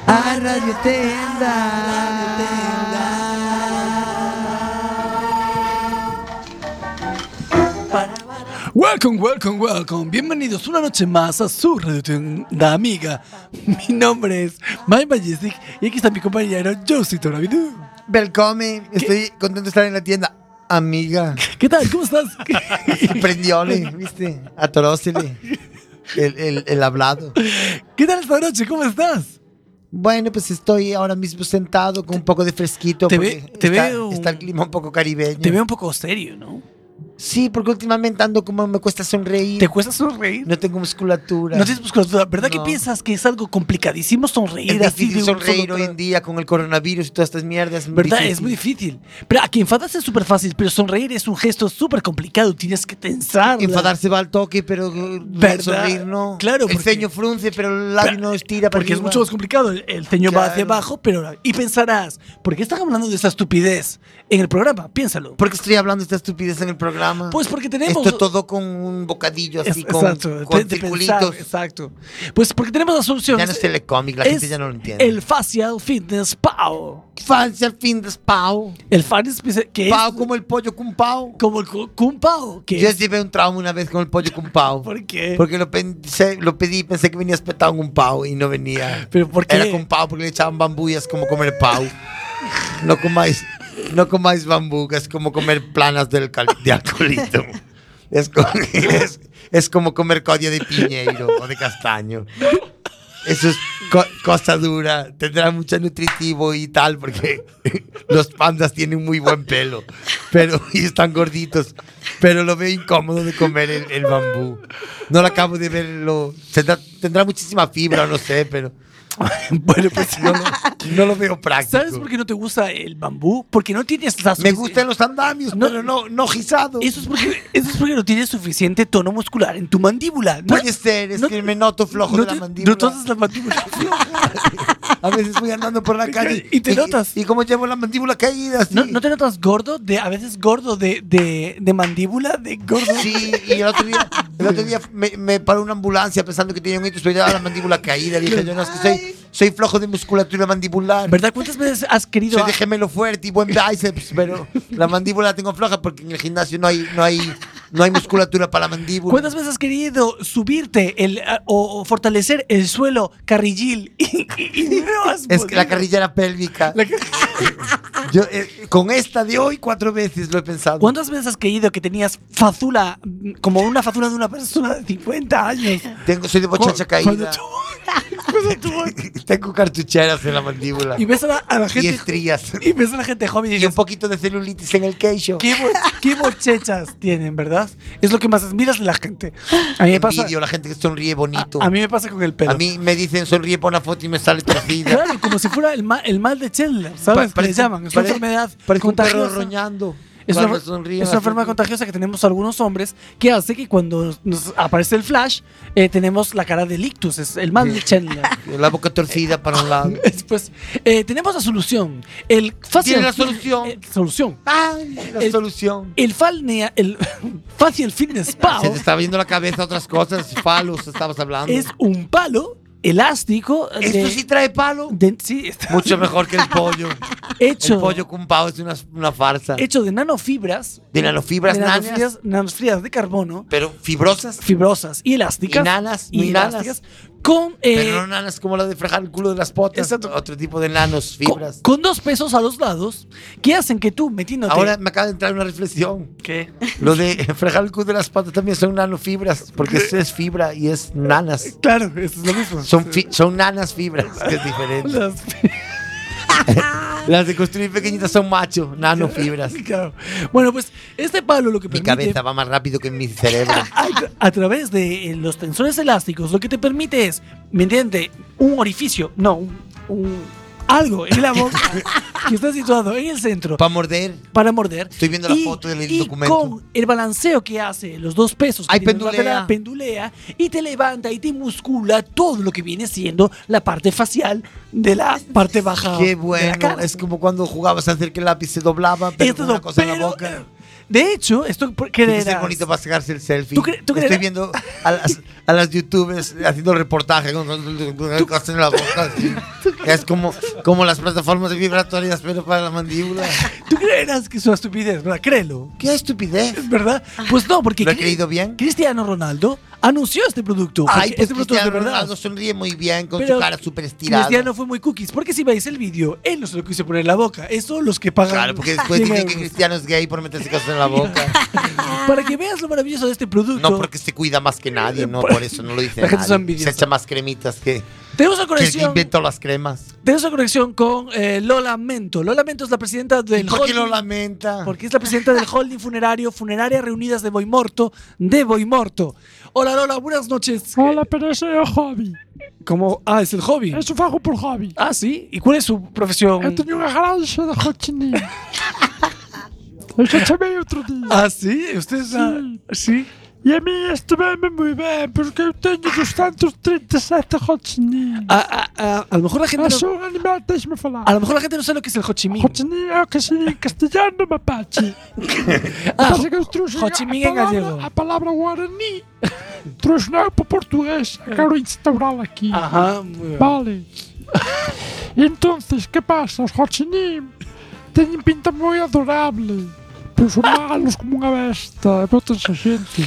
A Radio Tenda. Welcome, welcome, welcome. Bienvenidos una noche más a su radio tienda amiga. Mi nombre es Mike Majestic y aquí está mi compañero Josie Torabidu. Welcome. Estoy contento de estar en la tienda. Amiga. ¿Qué tal? ¿Cómo estás? (laughs) (laughs) Prendióle, ¿viste? Atorósele. El, el, el hablado. ¿Qué tal esta noche? ¿Cómo estás? Bueno, pues estoy ahora mismo sentado con un poco de fresquito. Te porque ve- te está, veo- está el clima un poco caribeño. Te veo un poco serio, ¿no? Sí, porque últimamente ando como me cuesta sonreír. ¿Te cuesta sonreír? No tengo musculatura. No tienes musculatura. ¿Verdad que No. piensas que es algo complicadísimo sonreír Es así difícil de un solo sonreír hoy en día con el coronavirus y todas estas mierdas. muy ¿Verdad? difícil. Es muy difícil. Pero a que enfadarse es súper fácil, pero sonreír es un gesto súper complicado. Tienes que tensar. Enfadarse va al toque, pero eh, ¿Verdad? sonreír no. Claro, El ceño frunce, pero el labio no estira para Porque es arriba. mucho más complicado. El, el ceño va hacia Claro. abajo, pero. Y pensarás, ¿por qué están hablando de esta estupidez en el programa? Piénsalo. ¿Por qué estoy hablando de esta estupidez en el programa? Pues porque tenemos. Esto todo con un bocadillo así, Es- con, exacto, con de- de circulitos. pensar, exacto. Pues porque tenemos las soluciones. Ya no es telecómic, la Es gente ya no lo entiende. El Facial Fitness Pau. Facial Fitness Pau. El Fitness que es. Pau como el pollo con pau. Como el cu- Kung Pao. Que Yo es- llevé un trauma una vez con el pollo con pau. ¿Por qué? (laughs) Porque lo, pensé, lo pedí, pensé que venía espetado en un pau y no venía. ¿Pero por qué? Era con pau porque le echaban bambú y es como comer pau. No comáis, no comáis bambú, que es como comer planas del cal- de alcoholito. Es, co- es- es como comer codia de piñeiro o de castaño. Eso es co- cosa dura, tendrá mucho nutritivo y tal, porque los pandas tienen muy buen pelo pero, y están gorditos, pero lo veo incómodo de comer el, el bambú. No lo acabo de verlo. Tendrá, tendrá muchísima fibra, no sé, pero Bueno, pues. no lo, no lo veo práctico. ¿Sabes por qué no te gusta el bambú? Porque no tienes las Me gustan los andamios, No- pero no, no gisados. Eso es, porque, eso es porque no tienes suficiente tono muscular en tu mandíbula. No, Puede ser, es no- que me noto flojo no de la te- mandíbula. No todas las (laughs) mandíbulas. A veces voy andando por la calle (laughs) Y te notas. Y, como llevo la mandíbula caída, así. ¿No, no te notas gordo? De, a veces gordo de, de, de mandíbula, de gordo. Sí, y el otro día, el otro día me, me paró una ambulancia pensando que tenía un hito, pero llevaba la mandíbula caída. Dije, yo no, es que soy, soy flojo de musculatura mandibular. ¿Verdad? ¿Cuántas veces has querido.? Soy de gemelo fuerte y buen bíceps, pero la mandíbula la tengo floja porque en el gimnasio no hay, no hay, no hay musculatura para la mandíbula. ¿Cuántas veces has querido subirte el, ah, o, o fortalecer el suelo carrillil? Y, y- y no has Es que la podido? carrillera pélvica. Yo, eh, con esta de hoy, cuatro veces lo he pensado. ¿Cuántas veces has querido que tenías fazula, mm, como una fazula de una persona de 50 años? Tengo, soy de bochacha Cu- caída. cuando tú- cuando tú- (laughs) Tengo cartucheras en la mandíbula. y Y, ves a la, a la gente. estrías. Y ves a la gente joven y Y un dices, poquito de celulitis en el queixo. ¿qué, bo- qué bochechas tienen, verdad? Es lo que más admiras de la gente. A mí me pasa, Envidio la gente que sonríe bonito. a, a mí me pasa con el pelo. A mí me dicen sonríe por una foto y me sale torcida. Claro, como si fuera el, ma- el mal de Chandler, ¿sabes? Pa- que le parece- llaman. Es una parece- enfermedad Parece un perro contagiosa. roñando. Es una, Cuando sonríe es la una enfermedad gente. contagiosa que tenemos algunos hombres que hace que cuando nos- nos aparece el flash eh, tenemos la cara de ictus, es el mal de Chandler. (laughs) La boca torcida para (laughs) un lado. Después, eh, tenemos la solución. El facial, Tiene la solución. eh, solución. Ay, la El- solución. El falnea, el (laughs) facial (laughs) fitness pao Se te estaba viendo la cabeza otras cosas, palos estabas hablando. es un palo elástico Esto de- sí trae palo. de- sí, está Mucho (laughs) mejor que el pollo. hecho, (laughs) El pollo con pavo es una, una farsa. hecho de nanofibras, De nanofibras de nanas, nanofibras, nanofibras de carbono, pero fibrosas. fibrosas y elásticas. Y nanas, y muy nanas. elásticas, Con, eh, pero no nanas como la de fregar el culo de las potas. Exacto. Otro tipo de nanos, con- fibras. con, dos pesos a los lados que hacen que tú metiéndote. Ahora me acaba de entrar una reflexión. ¿Qué? Lo de (laughs) fregar el culo de las patas también son nanofibras, porque eso es fibra y es nanas. Claro, eso es lo mismo. Son, fi- son nanas fibras, que es diferente. (laughs) Las- Las de construir pequeñitas son macho, nanofibras. (laughs) claro. Bueno, pues este palo lo que Mi permite cabeza va más rápido que mi cerebro. a, a través de eh, los tensores elásticos lo que te permite es, ¿me entiendes? Un orificio, no, un, un- algo en la (laughs) boca que está situado en el centro Para morder. para morder. Estoy viendo la foto del y documento. Con el balanceo que hace, los dos pesos, que Ay, tiene el pendulea. lateral, pendulea y te levanta y te muscula todo lo que viene siendo la parte facial de la parte baja. Qué De la bueno. cara. Es como cuando jugabas a hacer que el lápiz se doblaba, pero Esto con una no, cosa en la pero- eh, boca. De hecho, esto por- Tiene que ser creerás- bonito para sacarse el selfie. ¿Tú cre- tú Estoy creerás- viendo a las, a las youtubers haciendo reportaje con, con- con- con- haciendo la boca así. Es como, como las plataformas vibratorias, pero para la mandíbula. Tú creerás que es una estupidez, ¿verdad? Créelo. ¿Qué estupidez? ¿Es verdad? Pues no, porque. ¿Lo he Cri- creído bien? Cristiano Ronaldo anunció este producto. Ay, porque pues este producto es Cristiano de verdad. Ronaldo sonríe muy bien con Pero su cara súper estirada. Cristiano fue muy cookies, porque si veis el vídeo, él no se lo quiso poner en la boca. Eso los que pagan. Claro, (laughs) porque después dicen que dinero. Cristiano es gay por meterse cosas en la boca. (laughs) Para que veas lo maravilloso de este producto. No porque se cuida más que nadie, no por eso no lo dice La gente es nadie. envidiosa. Se echa más cremitas que. Tenemos una que el que conexión- inventó las cremas. Tenemos una conexión con eh, Lola Mento. Lola Mento es la presidenta del por qué holding- Lola Menta? Porque es la presidenta del holding funerario Funerarias Reunidas de Boimorto, de Boimorto. Hola Lola, buenas noches. Hola, pero ese es hobby. ¿Cómo? Ah, es el hobby. Eso fago por hobby. Ah, sí. ¿Y cuál es su profesión? Eu teño unha granxa de (laughs) cochinillo. Eu xa chamei outro día. Ah, sí? Usted xa- Sí. E a mí estuveme moi ben, porque eu teño 237 cochinillos. A, a, Ah, a, a lo mejor la gente Ah, no- son animal, déxme falar. A lo mejor la gente no sabe lo que es el Ho Chi Minh. Cochinillo é o que se di en castellano mapache. Ah, Pasa que eu trouxe Ho Chi Minh en a palabra- gallego. A palabra guaraní trouxe na para portugués. e Quero instaurala aquí. Ajá, muy bien. Vale. Entonces, ¿qué pasa? Os Hochinim teñen pinta moi adorable. Pero son malos como unha besta. E botanse a xente.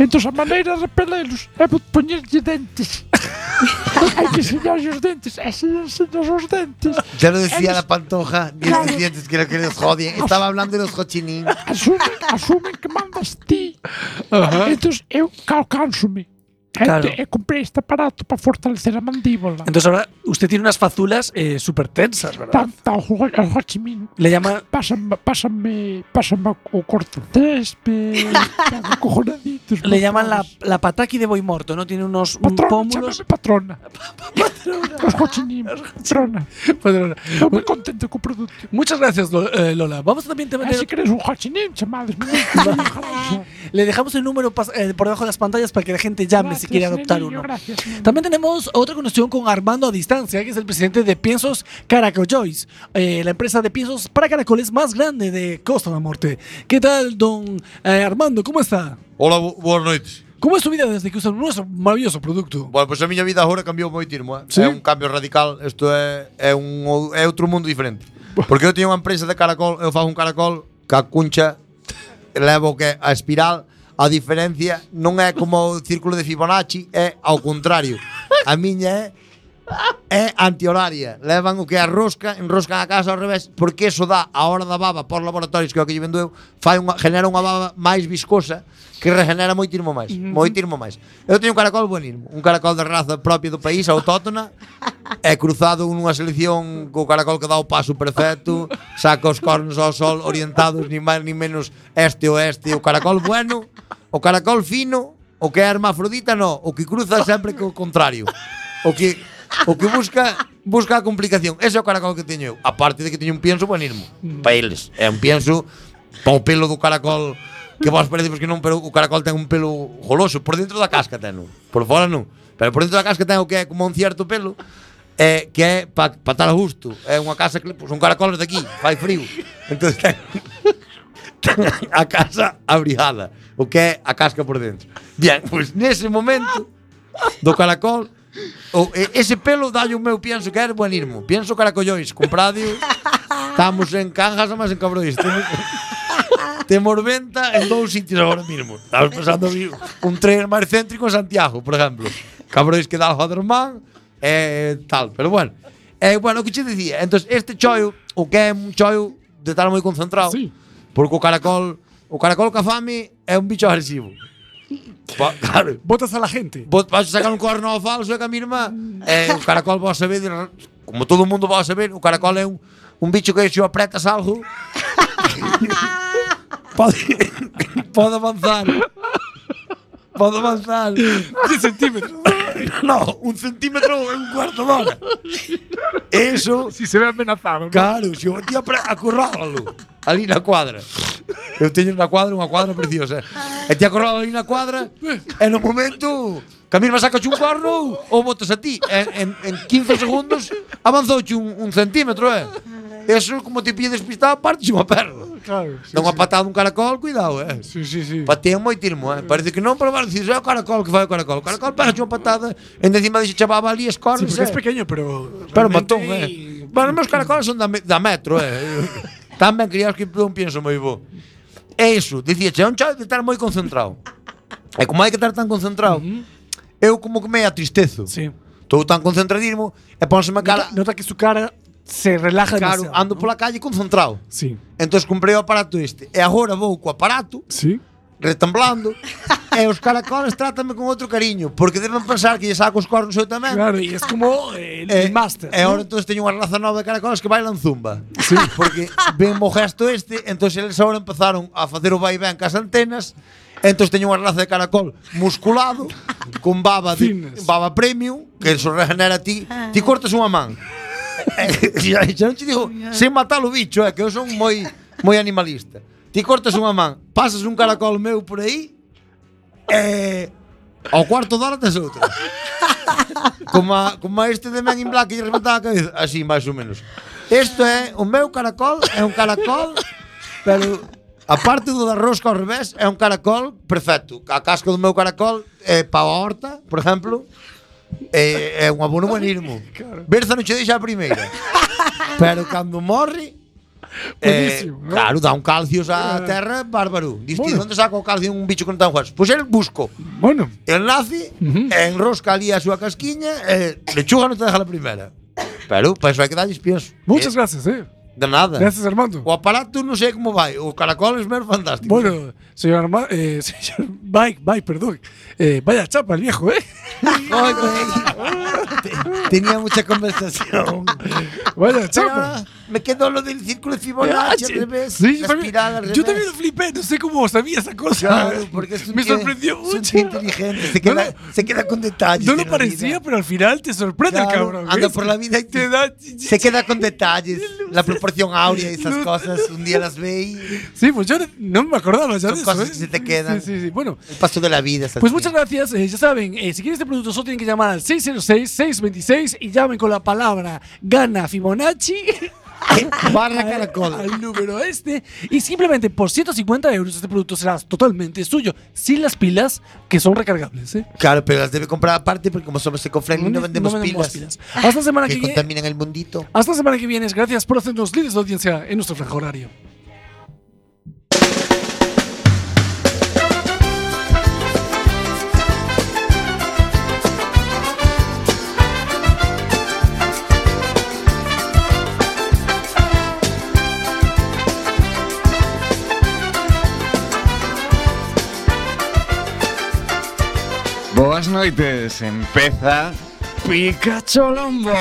Entón, a maneira de repelelos é bot- poñerlle dentes. Hai que enseñarlle os dentes. é E se lle enseñas assim, os dentes... Ya lo decía la eles pantoja, dientes, dientes, creo que les (laughs) jodien. Estaba hablando de los cochinín. Asumen, asumen que mandas ti. Ajá. Entón, eu cao canso-me. Claro. E, e comprei este aparato para fortalecer a mandíbula. Entonces ahora usted tiene unas fazulas eh, súper tensas, ¿verdad? Tanta Ho Ho Chi Minh. Le llama- Pásame, pásame, pásame o corto césped. tan acojonaditos, Le llaman la, patrones. la pataki de Boimorto, ¿no? Tiene unos Patrona, pómulos. llámame patrona. Los Ho Chi Minh, patrona. Patrona. Estoy muy contento con o producto. Pues, Muchas gracias, Lo- eh, Lola. Vamos también a Así Ah, que eres un Ho Chi Minh, chamades. (laughs) Le dejamos el número pas- eh, por debajo de las pantallas para que la gente llame si quiere adoptar uno. Gracias, nene. También tenemos otra conexión con Armando a distancia, que es el presidente de Piensos Caracollois, eh, la empresa de piensos para caracoles más grande de Costa de Morte. ¿Qué tal, don eh, Armando? ¿Cómo está? Hola, bu- boas noites. ¿Cómo es su vida desde que usa nuestro maravilloso producto? Bueno, pois a miña vida agora cambiou moitismo, eh? Sí? É un cambio radical, isto é é un ou- é outro mundo diferente. Porque eu teño unha empresa de caracol, eu fago un caracol que a cuncha levo que a espiral a diferencia non é como o círculo de Fibonacci, é ao contrario. A miña ¿eh? é é antihoraria. Levan o que é a rosca, enroscan a casa ao revés, porque eso dá a hora da baba por laboratorios que é o que lle vendo eu, fai unha, genera unha baba máis viscosa que regenera moitismo máis, Ujú. moitismo máis. Eu teño un caracol buenismo, un caracol de raza propia do país, autóctona, é cruzado nunha selección co caracol que dá o paso perfecto, saca os cornos ao sol orientados ni máis ni menos este oeste, o caracol bueno, o caracol fino, o que é hermafrodita no, o que cruza sempre co contrario. O que o que busca busca a complicación. Ese é o caracol que teño eu. A parte de que teño un pienso buenismo. Para eles. É un pienso para o pelo do caracol que vos parece pois que non, pero o caracol ten un pelo goloso. Por dentro da casca teno. Por fora non. Pero por dentro da casca ten o que é como un cierto pelo eh, que é para pa tal gusto. É unha casa que pois, un caracol de aquí, fai frío. Entón ten, ten a casa abrigada, o que é a casca por dentro. Bien, pois nese momento do caracol o, e- ese pelo dalle o meu pienso que era buenismo. Pienso caracollois, compradio. Estamos en canjas, mas en cabrois. Temos, temos venta en dous sitios agora mismo. Estamos pasando vi- un tren máis céntrico en Santiago, por exemplo. Cabrois que dá o Haderman e tal, pero bueno. Eh, bueno, o que che dicía, entón este choio, o que é un choio de estar moi concentrado, sí. porque o caracol, o caracol ca fame é un bicho agresivo. Pa, claro. Votas a la gente. Vos vas a sacar un corno ao falso, é que a mi irmá eh, o caracol vos saber, como todo mundo vos saber, o caracol é un, un bicho que se o apretas algo pode, pode avanzar. Pode avanzar. 10 centímetros. No, un centímetro é un cuarto de hora. Eso. Si se ve amenazado. Claro, se o metía pra- acurrábalo. Ali na cuadra. Eu teño na cuadra unha cuadra preciosa. E te acurralo ali na cuadra e no momento que a mesma sacache un corno ou botas a ti. En, en, en 15 segundos avanzouche un, un centímetro, eh? Eso, como te pille despistado, parte unha perna. Claro, Dá uma patada num caracol, cuidado, é. Sim, sim, sim. Pateia moitismo, é. eh. Parece que não, pero bueno, dices, é o caracol que vai o caracol. O caracol pega uma patada, ainda encima deixa chavaba ali as cordas, Sí, porque é. es pequeño, pero. Pero eh. realmente- matou, é. Bueno, meus caracoles son da, me- da metro, (laughs) é. Tan ben criados que non pienso moi bo. É iso, dicíache, é un chave de estar moi concentrado. E como hai que estar tan concentrado, eu como que me atristezo. Sí. Estou tan concentradismo e pónseme a cara... Nota que su cara se relaja Claro, demasiado, ando pola calle concentrado. Sí. Entón comprei o aparato este. E agora vou co aparato, sí. retamblando, e os caracoles trátame con outro cariño, porque deben pensar que lle saco os cornos eu tamén. Claro, e (laughs) es como el, Eh, el máster. E ¿no? ahora entonces teño unha raza nova de caracoles que bailan zumba. Sí. (laughs) Porque ven o gesto este, entonces eles ahora empezaron a facer o vai ben cas antenas, entonces teño unha raza de caracol musculado, con baba de, Fitness. baba premium, que eso regenera ti, ti cortas unha man. (laughs) E xa non te digo, sen matar o bicho, é que eu son moi moi animalista. Ti cortas unha man, pasas un caracol meu por aí, e ao cuarto de hora tes outra. como, a, como a este de Man in Black que lle reventaba a cabeza, así máis ou menos. Isto é o meu caracol, é un caracol, pero a parte do da rosca ao revés é un caracol perfecto. A casca do meu caracol é pa a horta, por exemplo, é, é un abono buenismo. Berza non che deixa a primeira. Pero cando morre, Eh, Buenísimo, ¿no? claro, dá un calcio á terra bárbaro. Diz, bueno. Bueno. onde saco o calcio un bicho que non tan juegas? Pois el busco. Bueno, El nace, enrosca ali a súa casquiña, eh, lechuga non te deja la primera. Pero, para eso hai que darlles pienso. muchas gracias, ¿eh? De nada. Gracias, Armando. O aparato non sei como vai, o caracol é mesmo fantástico. Bueno, señor Armando. Eh, (laughs) señor Mike, Mike, perdón. Eh, vaya chapa el viejo, ¿eh? Ay, (laughs) güey. Tenía mucha (laughs) conversación. Vaya Pero chapa. ahora me quedó lo del círculo de Ah, Fibonacci al sí. pues. revés, Sí, yo la también- espiral al revés. Yo también lo flipé, no sé cómo sabía esa cosa. Claro, porque es un Me tío- sorprendió es un mucho. tío inteligente, se queda, se queda con detalles. No de lo la parecía, vida. pero al final te sorprende el Claro, cabrón. anda ¿ves? por la vida y te da. Se queda con detalles, la proporción áurea y esas No. cosas, un día las ve y Sí, pues yo no me acordaba ya Son de eso. cosas ¿eh? que se te quedan. Sí, sí, sí. Bueno, el paso de la vida. es Pues así. muchas gracias. eh, ya saben, eh, si quieren este producto, solo tienen que llamar al 606-626 y llamen con la palabra gana Fibonacci. Barra al- caracol. Al número este. Y simplemente por 150 euros este producto será totalmente suyo. Sin las pilas que son recargables. ¿eh? Claro, pero las debe comprar aparte porque como somos eco-friendly no, vendemos pilas, Hasta la semana que, que viene. contaminan el mundito. Hasta la semana que viene. Gracias por hacernos líderes de audiencia en nuestro franja horario. Boas noites, empeza Pikachu Lombo.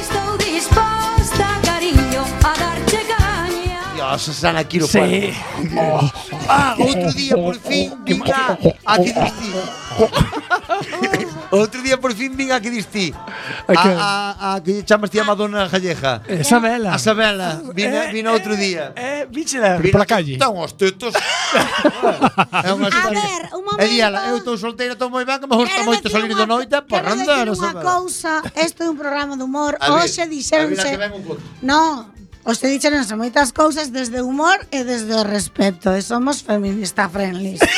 Estou disposta, cariño, a darte caña. Dios, Susana, quiero fuerte. eh, Ah, otro día por fin vin a, a que distí. outro día por fin vin a que distí. A, que- a, a, a que chamas tía Madonna Galleja. Esa vela. A Sabela, vine, vine outro día. Eh, bichela. Vine Por la outro- calle. Están os (laughs) tetos. é unha A historia. ver, un E díala, Eh, eu momento. estou solteira, estou moi ben, que me gusta Quero moito decir salir de unha- noite por quero andar. decir unha cousa, isto é un programa de humor. Hoxe dixéronse... No, hoxe dixéronse moitas cousas desde o humor e desde o respeto. E somos feminista friendly. (laughs)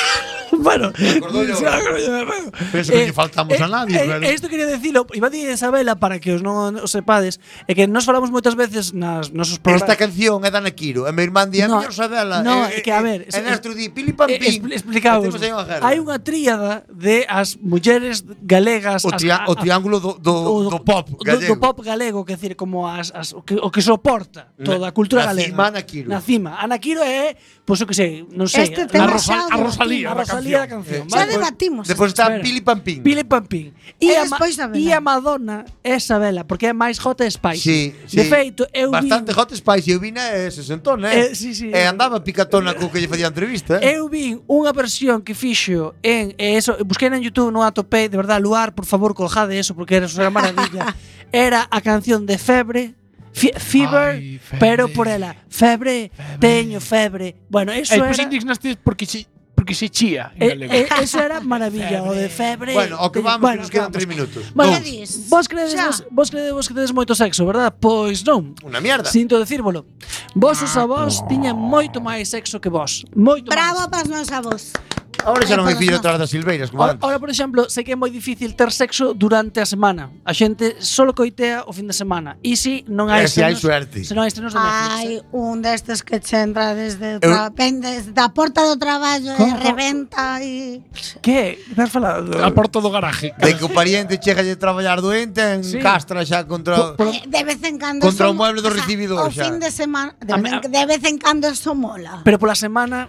Bueno, Acordoulle se Eh, agora. acordoulle, bueno. Penso que lle faltamos a nadie, pero- Isto quería dicilo, iba a dicir Isabela para que os non os sepades, é que nos falamos moitas veces nas nosos programas. Esta canción é da Nakiro, e meu irmán di, No, no, Sabela. no, é que, a ver, é es- Nastro di, pili pam Eh, pim. expl- explicaos. E temos aí unha guerra. Hai unha tríada de as mulleres galegas o, as- tria- a- o triángulo do, do, do, pop gallego. Do, do pop galego, que decir, como as, as o, que, o que soporta toda a cultura Na galega. cima, Ana Quiro. Na cima. Ana Quiro é, pois o que sei, non sei, a- Este tema a a xa o debatimos. Rosalía, A da Rosalía canción. Eh, Xa vale? debatimos. Depois está Espera. Pili Pam Pim. Pili Pampín. E, E a, Ma- despois Sabela. e a Madonna é Sabela, porque é máis J Spice. Sí, sí. De feito, eu Bastante vin, hot spice, eu vina e sesentón, eh? Eh, sí, sí. E andaba picatona co que lle facía entrevista, eh? eu vin unha versión que fixo en e eso, busquei en YouTube, non a atopei, de verdad, Luar, por favor, colgade eso porque era unha maravilla. era a canción de Febre, Fi- Fever, Ay, Febre. pero por ela, Febre, teño febre. Bueno, eso Ei, era pois indignaste porque si porque se chía en Eh, galego. eh, eso era maravilla, o de febre. Bueno, o que eh, vamos, que nos quedan vamos. tres minutos. Bueno, Dous. vos credes, vos, vos credes vos que tedes moito sexo, verdad? Pois non. Una mierda. Ah, Sinto decírvolo. Vos os avós tiñan moito máis sexo que vos. Moito Bravo para os meus avós. Ahora xa non hai Eh, fillo atrás das silveiras, como Ahora, antes. ahora, por exemplo, sei que é moi difícil ter sexo durante a semana. A xente solo coitea o fin de semana. E si non hai E se Eh, hai estrenos- suerte. Se non hai estrenos de Netflix. Hai un destes que che entra desde, o Eu- tra- pen desde a porta do traballo e Como? reventa e... Que? Estás falado? Ah, A porta do garaje. De que o pariente chega de traballar doente en Sí. castra xa contra... Eh, De vez en cando Contra o son- mueble do o sea, recibidor, O xa. fin de semana De, A vez me- en- de vez en cando eso mola Pero pola semana, Ah,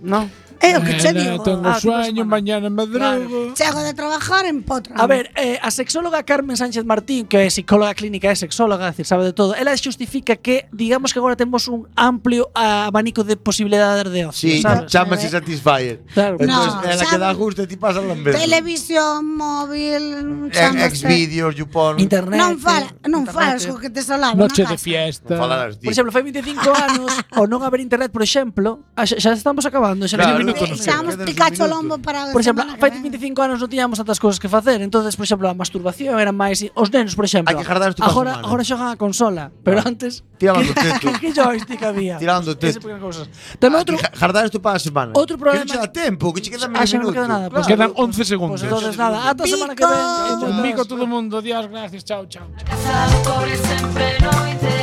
non. É o Eh, que che Mañana digo tengo sueño, mañana me drogo. Chego de trabajar en potra A ver, eh, a sexóloga Carmen Sánchez Martín, que é psicóloga clínica e sexóloga, es decir, sabe de todo, ela xustifica que, digamos que agora temos un amplio ah, abanico de posibilidades de ocio, Sí, sabes? chámase Satisfyer. Claro. Entón, No, é la que chama- dá gusto e ti pasas lambendo. Televisión, Eh, móvil eh, chámase- Exvideos, YouPorn. Internet. Non fala, non Internet. falas co que te solaba Noche na de casa. fiesta. Por exemplo, fai 25 anos o non haber internet, por exemplo, ah, xa, xa estamos acabando, xa Claro, non- minutos nos quedan, Echamos quedan uns picacho minutos. lombo para Por exemplo, semana que fai ven. 25 anos non tiñamos tantas cousas que facer, entonces, por exemplo, a masturbación era máis os nenos, por exemplo. Hai que jardar isto pa agora semana. agora xogan a consola, pero antes Tiraban do (laughs) teto. que, que joystick había. Tirando o Ese teto. tipo de cousas. Tamén outro Jardar isto para a semana. Outro problema- Que non che dá tempo, que che queda Ah, medio xa non minuto. me queda nada. Nos Pues quedan 11 segundos. Pues entonces nada, hasta semana que Pico. ven. Un bico a todo el mundo. Dios, gracias. Chao, chao. chao. Por ese freno y te